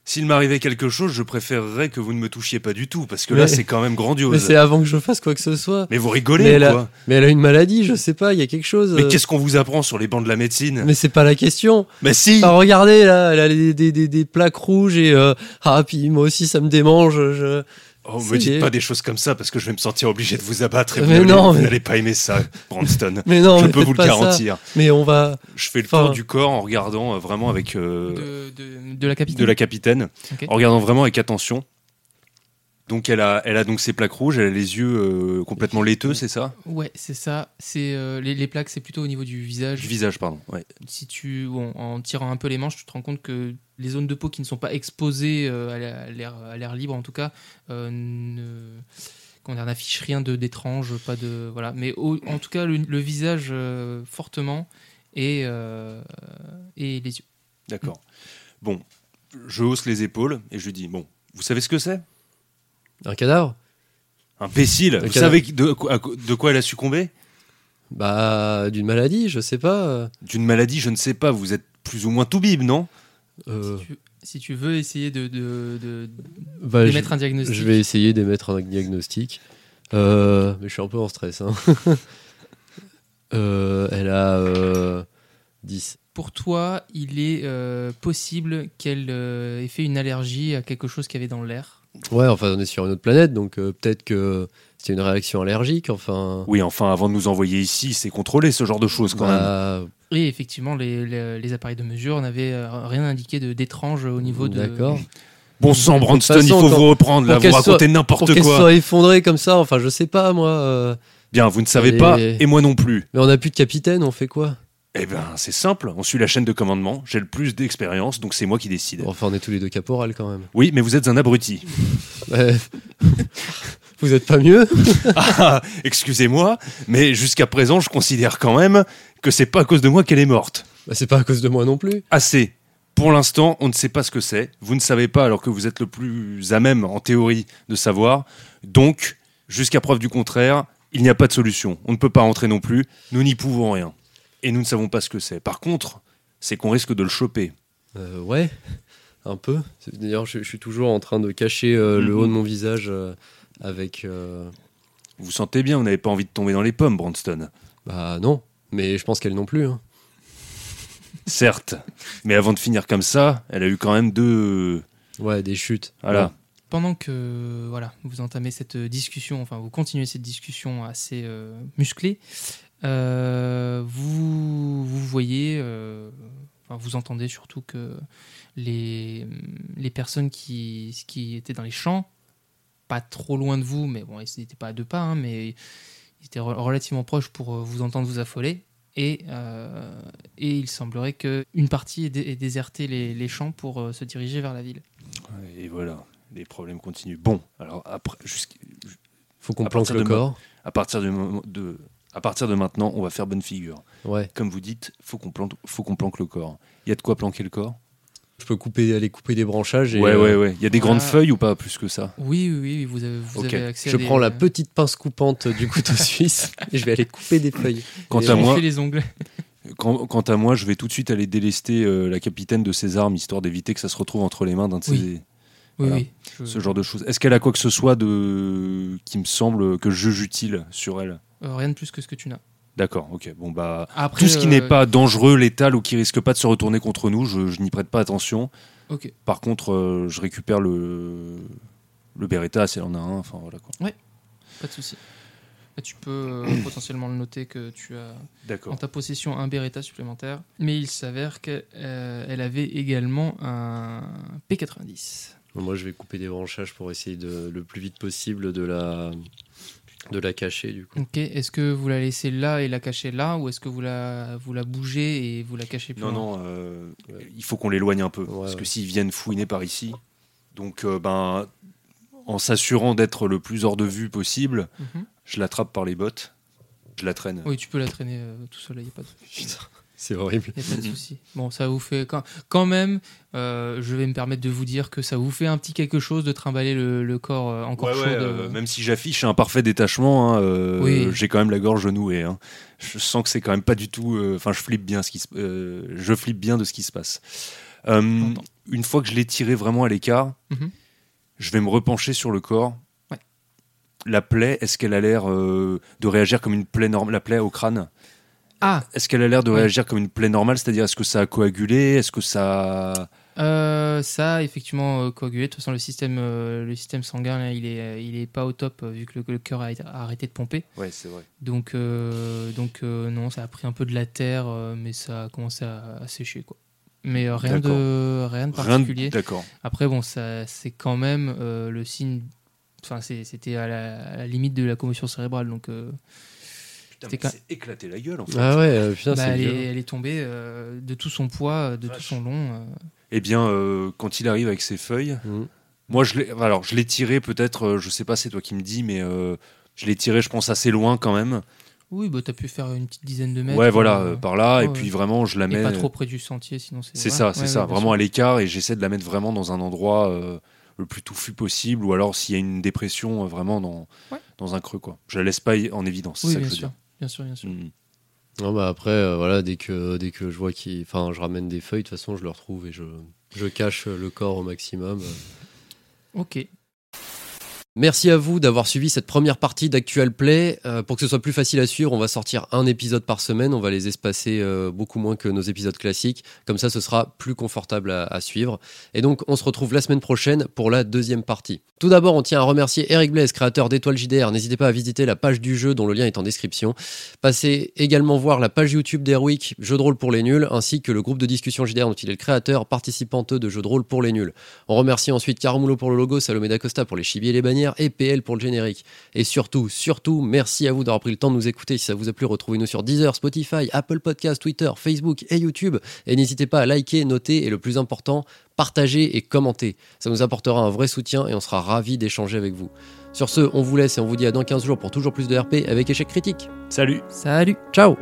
S'il m'arrivait quelque chose, je préférerais que vous ne me touchiez pas du tout, parce que
Mais-
là, c'est quand même
Mais
grandiose.
c'est
Mais,
avant que je fasse quoi que ce soit.
vous rigolez,
Mais
ou
là-
quoi
Mais elle a une maladie, je sais pas, il y a quelque chose.
Mais
euh,
qu'est-ce qu'on vous apprend sur les bancs de la médecine
mais c'est pas la question.
Mais si
Enfin, regardez là, elle a des, des, des, des plaques rouges et euh, ah puis moi aussi ça me démange. Je...
Oh,
ça
me
y est.
dites pas des choses comme ça, parce que je vais me sentir obligé de vous abattre et vous
Mais
n'allez-
non,
vous
mais-
n'allez pas
(laughs)
aimer ça, Branston.
Mais non,
je
mais
peux
faites
vous le
pas ça.
garantir.
Mais on va.
Je fais le
Enfin-
tour du corps en regardant euh, vraiment avec. euh,
De, de- de la capitale.
de la capitaine,
Ok.
en regardant vraiment avec attention. Donc elle a, elle a donc ses plaques rouges, elle a les yeux euh, complètement laiteux, c'est ça
Ouais, c'est ça. C'est euh, les, les plaques, c'est plutôt au niveau du visage.
Du visage, pardon. Ouais.
si tu bon, en tirant un peu les manches, tu te rends compte que les zones de peau qui ne sont pas exposées euh, à la- à l'air à l'air libre en tout cas euh, ne qu'on n'affiche rien de d'étrange, pas de voilà, mais au- en tout cas le, le visage euh, fortement et euh, et les yeux.
D'accord. Bon, je hausse les épaules et je lui dis bon, vous savez ce que c'est
Un cadavre
Imbécile.
Un
Vous
cadavre.
savez de, quoi- à quoi- de quoi elle a succombé
Bah d'une maladie, je sais pas. euh,
D'une maladie, je ne sais pas. Vous êtes plus ou moins tout bib, non
euh,
Si, tu, si tu veux essayer de de, de-
bah, je,
d'émettre un diagnostic,
je vais essayer d'émettre un diagnostic. Euh, mais je suis un peu en stress. hein. (laughs) Euh, elle a euh, 10.
pour toi, il est euh, possible qu'elle euh, ait fait une allergie à quelque chose qu'il y avait dans l'air.
Ouais, enfin on est sur une autre planète, donc euh, peut-être que c'était une réaction allergique. Enfin.
Oui, enfin, avant de nous envoyer ici, c'est contrôlé ce genre de choses quand même.
bah,
Et effectivement, les, les- les appareils de mesure n'avaient euh, rien indiqué de d'étrange au niveau de.
D'accord.
Bon sang,
de toute
Branston, il
façon,
faut
quand-
vous reprendre là,
pour
vous
qu'elle
racontez
Pour
n'importe
qu'elle
quoi.
soit effondrée comme ça, enfin je sais pas moi. euh,
Bien, vous ne savez
Allez.
pas et moi non plus.
Mais on n'a plus de capitaine, on fait quoi
Eh ben, c'est simple, on suit la chaîne de commandement, j'ai le plus d'expérience, donc c'est moi qui décide.
Enfin, on est tous les deux caporal quand même.
Oui, mais vous êtes
(laughs)
un abruti.
Ouais. Vous êtes pas mieux
Ah, excusez-moi, mais jusqu'à présent, je considère quand même que c'est pas à cause de moi qu'elle est morte.
Bah, C'est pas à cause de moi non plus.
Assez. Pour l'instant, on ne sait pas ce que c'est, vous ne savez pas alors que vous êtes le plus à même, en théorie, de savoir. Donc, jusqu'à preuve du contraire, il n'y a pas de solution. On ne peut pas rentrer non plus, nous n'y pouvons rien. Et nous ne savons pas ce que c'est. Par contre, c'est qu'on risque de le choper.
Euh, ouais, (laughs) un peu. C'est- D'ailleurs, je, je suis toujours en train de cacher euh, le
Mhm.
haut de mon visage euh, avec. euh,
Vous vous sentez bien, vous n'avez pas envie de tomber dans les pommes, Branston.
Bah non, mais je pense qu'elle non plus. hein.
Certes, mais avant de finir comme ça, elle a eu quand même deux.
Ouais, des chutes.
Voilà.
Pendant que euh, voilà, vous entamez cette discussion, enfin vous continuez cette discussion assez euh, musclée, euh, vous, vous voyez, euh, enfin, vous entendez surtout que les, les personnes qui, qui étaient dans les champs, pas trop loin de vous, mais bon, ils n'étaient pas à deux pas, hein, mais Ils étaient re- relativement proches pour euh, vous entendre vous affoler. Et, euh, et il semblerait qu'une partie ait, dé- ait déserté les, les champs pour euh, se diriger vers la ville.
Et voilà, les problèmes continuent. Bon, alors après, jusqu'-
Faut qu'on
À
planque
partir
le
de
corps.
à, partir du moment de, à partir de maintenant, on va faire bonne figure.
Ouais.
Comme vous dites, faut qu'on planque, faut qu'on planque le corps. Il y a de quoi planquer le corps
Je peux couper, aller couper des branchages. Et,
Ouais,
euh,
ouais, ouais. Il y a des grandes
Ah.
feuilles ou pas plus que ça
Oui, oui, oui, vous avez, vous
Ok.
avez accès
Je
à des- euh,
prends la petite pince coupante du couteau (laughs) suisse et je vais aller couper des feuilles.
Quant
Et
à
on
moi,
Fait les ongles.
Quand- quant à moi, je vais tout de suite aller délester euh, la capitaine de ses armes, histoire d'éviter que ça se retrouve entre les mains d'un de ces-
Oui. Oui,
Voilà.
oui. Je-
ce genre de choses. Est-ce qu'elle a quoi que ce soit de qui me semble que je juge utile sur elle
euh, rien de plus que ce que tu n'as.
D'accord, ok. Bon bah
Après,
tout ce qui
euh,
n'est pas dangereux, létal ou qui risque pas de se retourner contre nous, je, je n'y prête pas attention.
Ok.
Par contre, euh, je récupère le le Beretta si elle en a un. Enfin voilà quoi.
Pas de souci. Et Tu
(coughs)
peux euh, potentiellement le noter que tu as en
D'accord.
ta possession un Beretta supplémentaire, mais il s'avère qu'elle euh, elle avait également un P90.
Moi, je vais couper des branchages pour essayer de, le plus vite possible de la, de la cacher. Du coup.
Ok, est-ce que vous la laissez là et la cachez là, ou est-ce que vous la, vous la bougez et vous la cachez plus
Non,
loin
non, euh, il faut qu'on l'éloigne un peu.
Ouais,
parce que
ouais.
s'ils viennent fouiner par ici, donc euh, ben, en s'assurant d'être le plus hors de vue possible,
Mhm.
je l'attrape par les bottes, je la traîne.
Oui, tu peux la traîner euh, tout seul, il n'y a, pas de-
C'est horrible.
y a pas de
Mhm.
souci. Bon, ça vous fait quand, quand même, euh, je vais me permettre de vous dire que ça vous fait un petit quelque chose de trimballer le, le corps euh, encore
Ouais,
chaud.
ouais,
de-
euh, même si j'affiche un parfait détachement, hein, euh,
Oui.
j'ai quand même la gorge nouée. hein. Je sens que c'est quand même pas du tout. euh, Enfin, je flippe bien ce qui se, euh, je flippe bien de ce qui se passe. Euh,
J'entends.
une fois que je l'ai tiré vraiment à l'écart,
Mhm.
je vais me repencher sur le corps.
Ouais.
La plaie, est-ce qu'elle a l'air euh, de réagir comme une plaie normale La plaie au crâne,
Ah,
est-ce qu'elle a l'air de
Ouais.
réagir comme une plaie normale C'est-à-dire, est-ce que ça a coagulé Est-ce que ça a-
Euh, ça, a effectivement, euh, coagulé. De toute façon, le système, euh, le système sanguin, là, il est, euh, il est pas au top euh, vu que le, le cœur a, été- a arrêté de pomper.
Ouais, c'est vrai.
Donc, euh, donc euh, non, ça a pris un peu de la terre, euh, mais ça a commencé à, à sécher, quoi. Mais euh, rien
D'accord.
de, rien de
Rien de-
particulier.
D'accord.
Après, bon, ça, c'est quand même euh, le signe. Enfin, c'est- c'était à la, à la limite de la commotion cérébrale, donc euh,
Putain,
C'est
mais
quand-
c'est éclaté la gueule en fait.
Ah ouais, euh, putain,
bah,
c'est
elle, est,
violent.
elle est tombée euh, de tout son poids, de tout
Vache.
son long. euh,
Eh bien, euh, quand il arrive avec ses feuilles,
Mhm.
moi je l'ai, alors je l'ai tiré peut-être, euh, je sais pas, c'est toi qui me dis, mais euh, je l'ai tiré, je pense assez loin quand même.
Oui, bah, t'as pu faire une petite dizaine de mètres.
ouais, voilà,
euh,
euh, par là,
ouais,
et puis
ouais.
vraiment je la
Et
mets.
pas trop près du sentier, sinon c'est.
C'est
voilà.
ça, c'est
Ouais,
ça,
ouais, bien
vraiment
sûr.
à l'écart, et j'essaie de la mettre vraiment dans un endroit euh, le plus touffu possible, ou alors s'il y a une dépression euh, vraiment dans
Ouais.
dans un creux quoi. Je la laisse pas y- en évidence. c'est ça
Oui,
que
bien
je veux
sûr. bien sûr, bien sûr.
dire. Mhm.
Non, bah après, euh, voilà, dès que, dès que je vois qu'il. Enfin, je ramène des feuilles, de toute façon, je le retrouve et je, je cache euh, le corps au maximum.
Ok.
Merci à vous d'avoir suivi cette première partie d'Actual Play. Euh, pour que ce soit plus facile à suivre, on va sortir un épisode par semaine. On va les espacer euh, beaucoup moins que nos épisodes classiques. Comme ça, ce sera plus confortable à, à suivre. Et donc, on se retrouve la semaine prochaine pour la deuxième partie. Tout d'abord, on tient à remercier Eric Blaise, créateur d'Étoile JDR. N'hésitez pas à visiter la page du jeu dont le lien est en description. Passez également voir la page YouTube d'Erwick, Jeux de rôle pour les nuls, ainsi que le groupe de discussion JDR dont il est le créateur, participanteux de Jeux de rôle pour les nuls. On remercie ensuite Caramulo pour le logo, Salomé d'Acosta pour les chibiers et les bannières et PL pour le générique. Et surtout, surtout, merci à vous d'avoir pris le temps de nous écouter. Si ça vous a plu, retrouvez-nous sur Deezer, Spotify, Apple Podcasts, Twitter, Facebook et YouTube. Et n'hésitez pas à liker, noter et le plus important, partager et commenter. Ça nous apportera un vrai soutien et on sera ravis d'échanger avec vous. Sur ce, on vous laisse et on vous dit à dans 15 jours pour toujours plus de RP avec échec critique.
Salut.
Salut
Ciao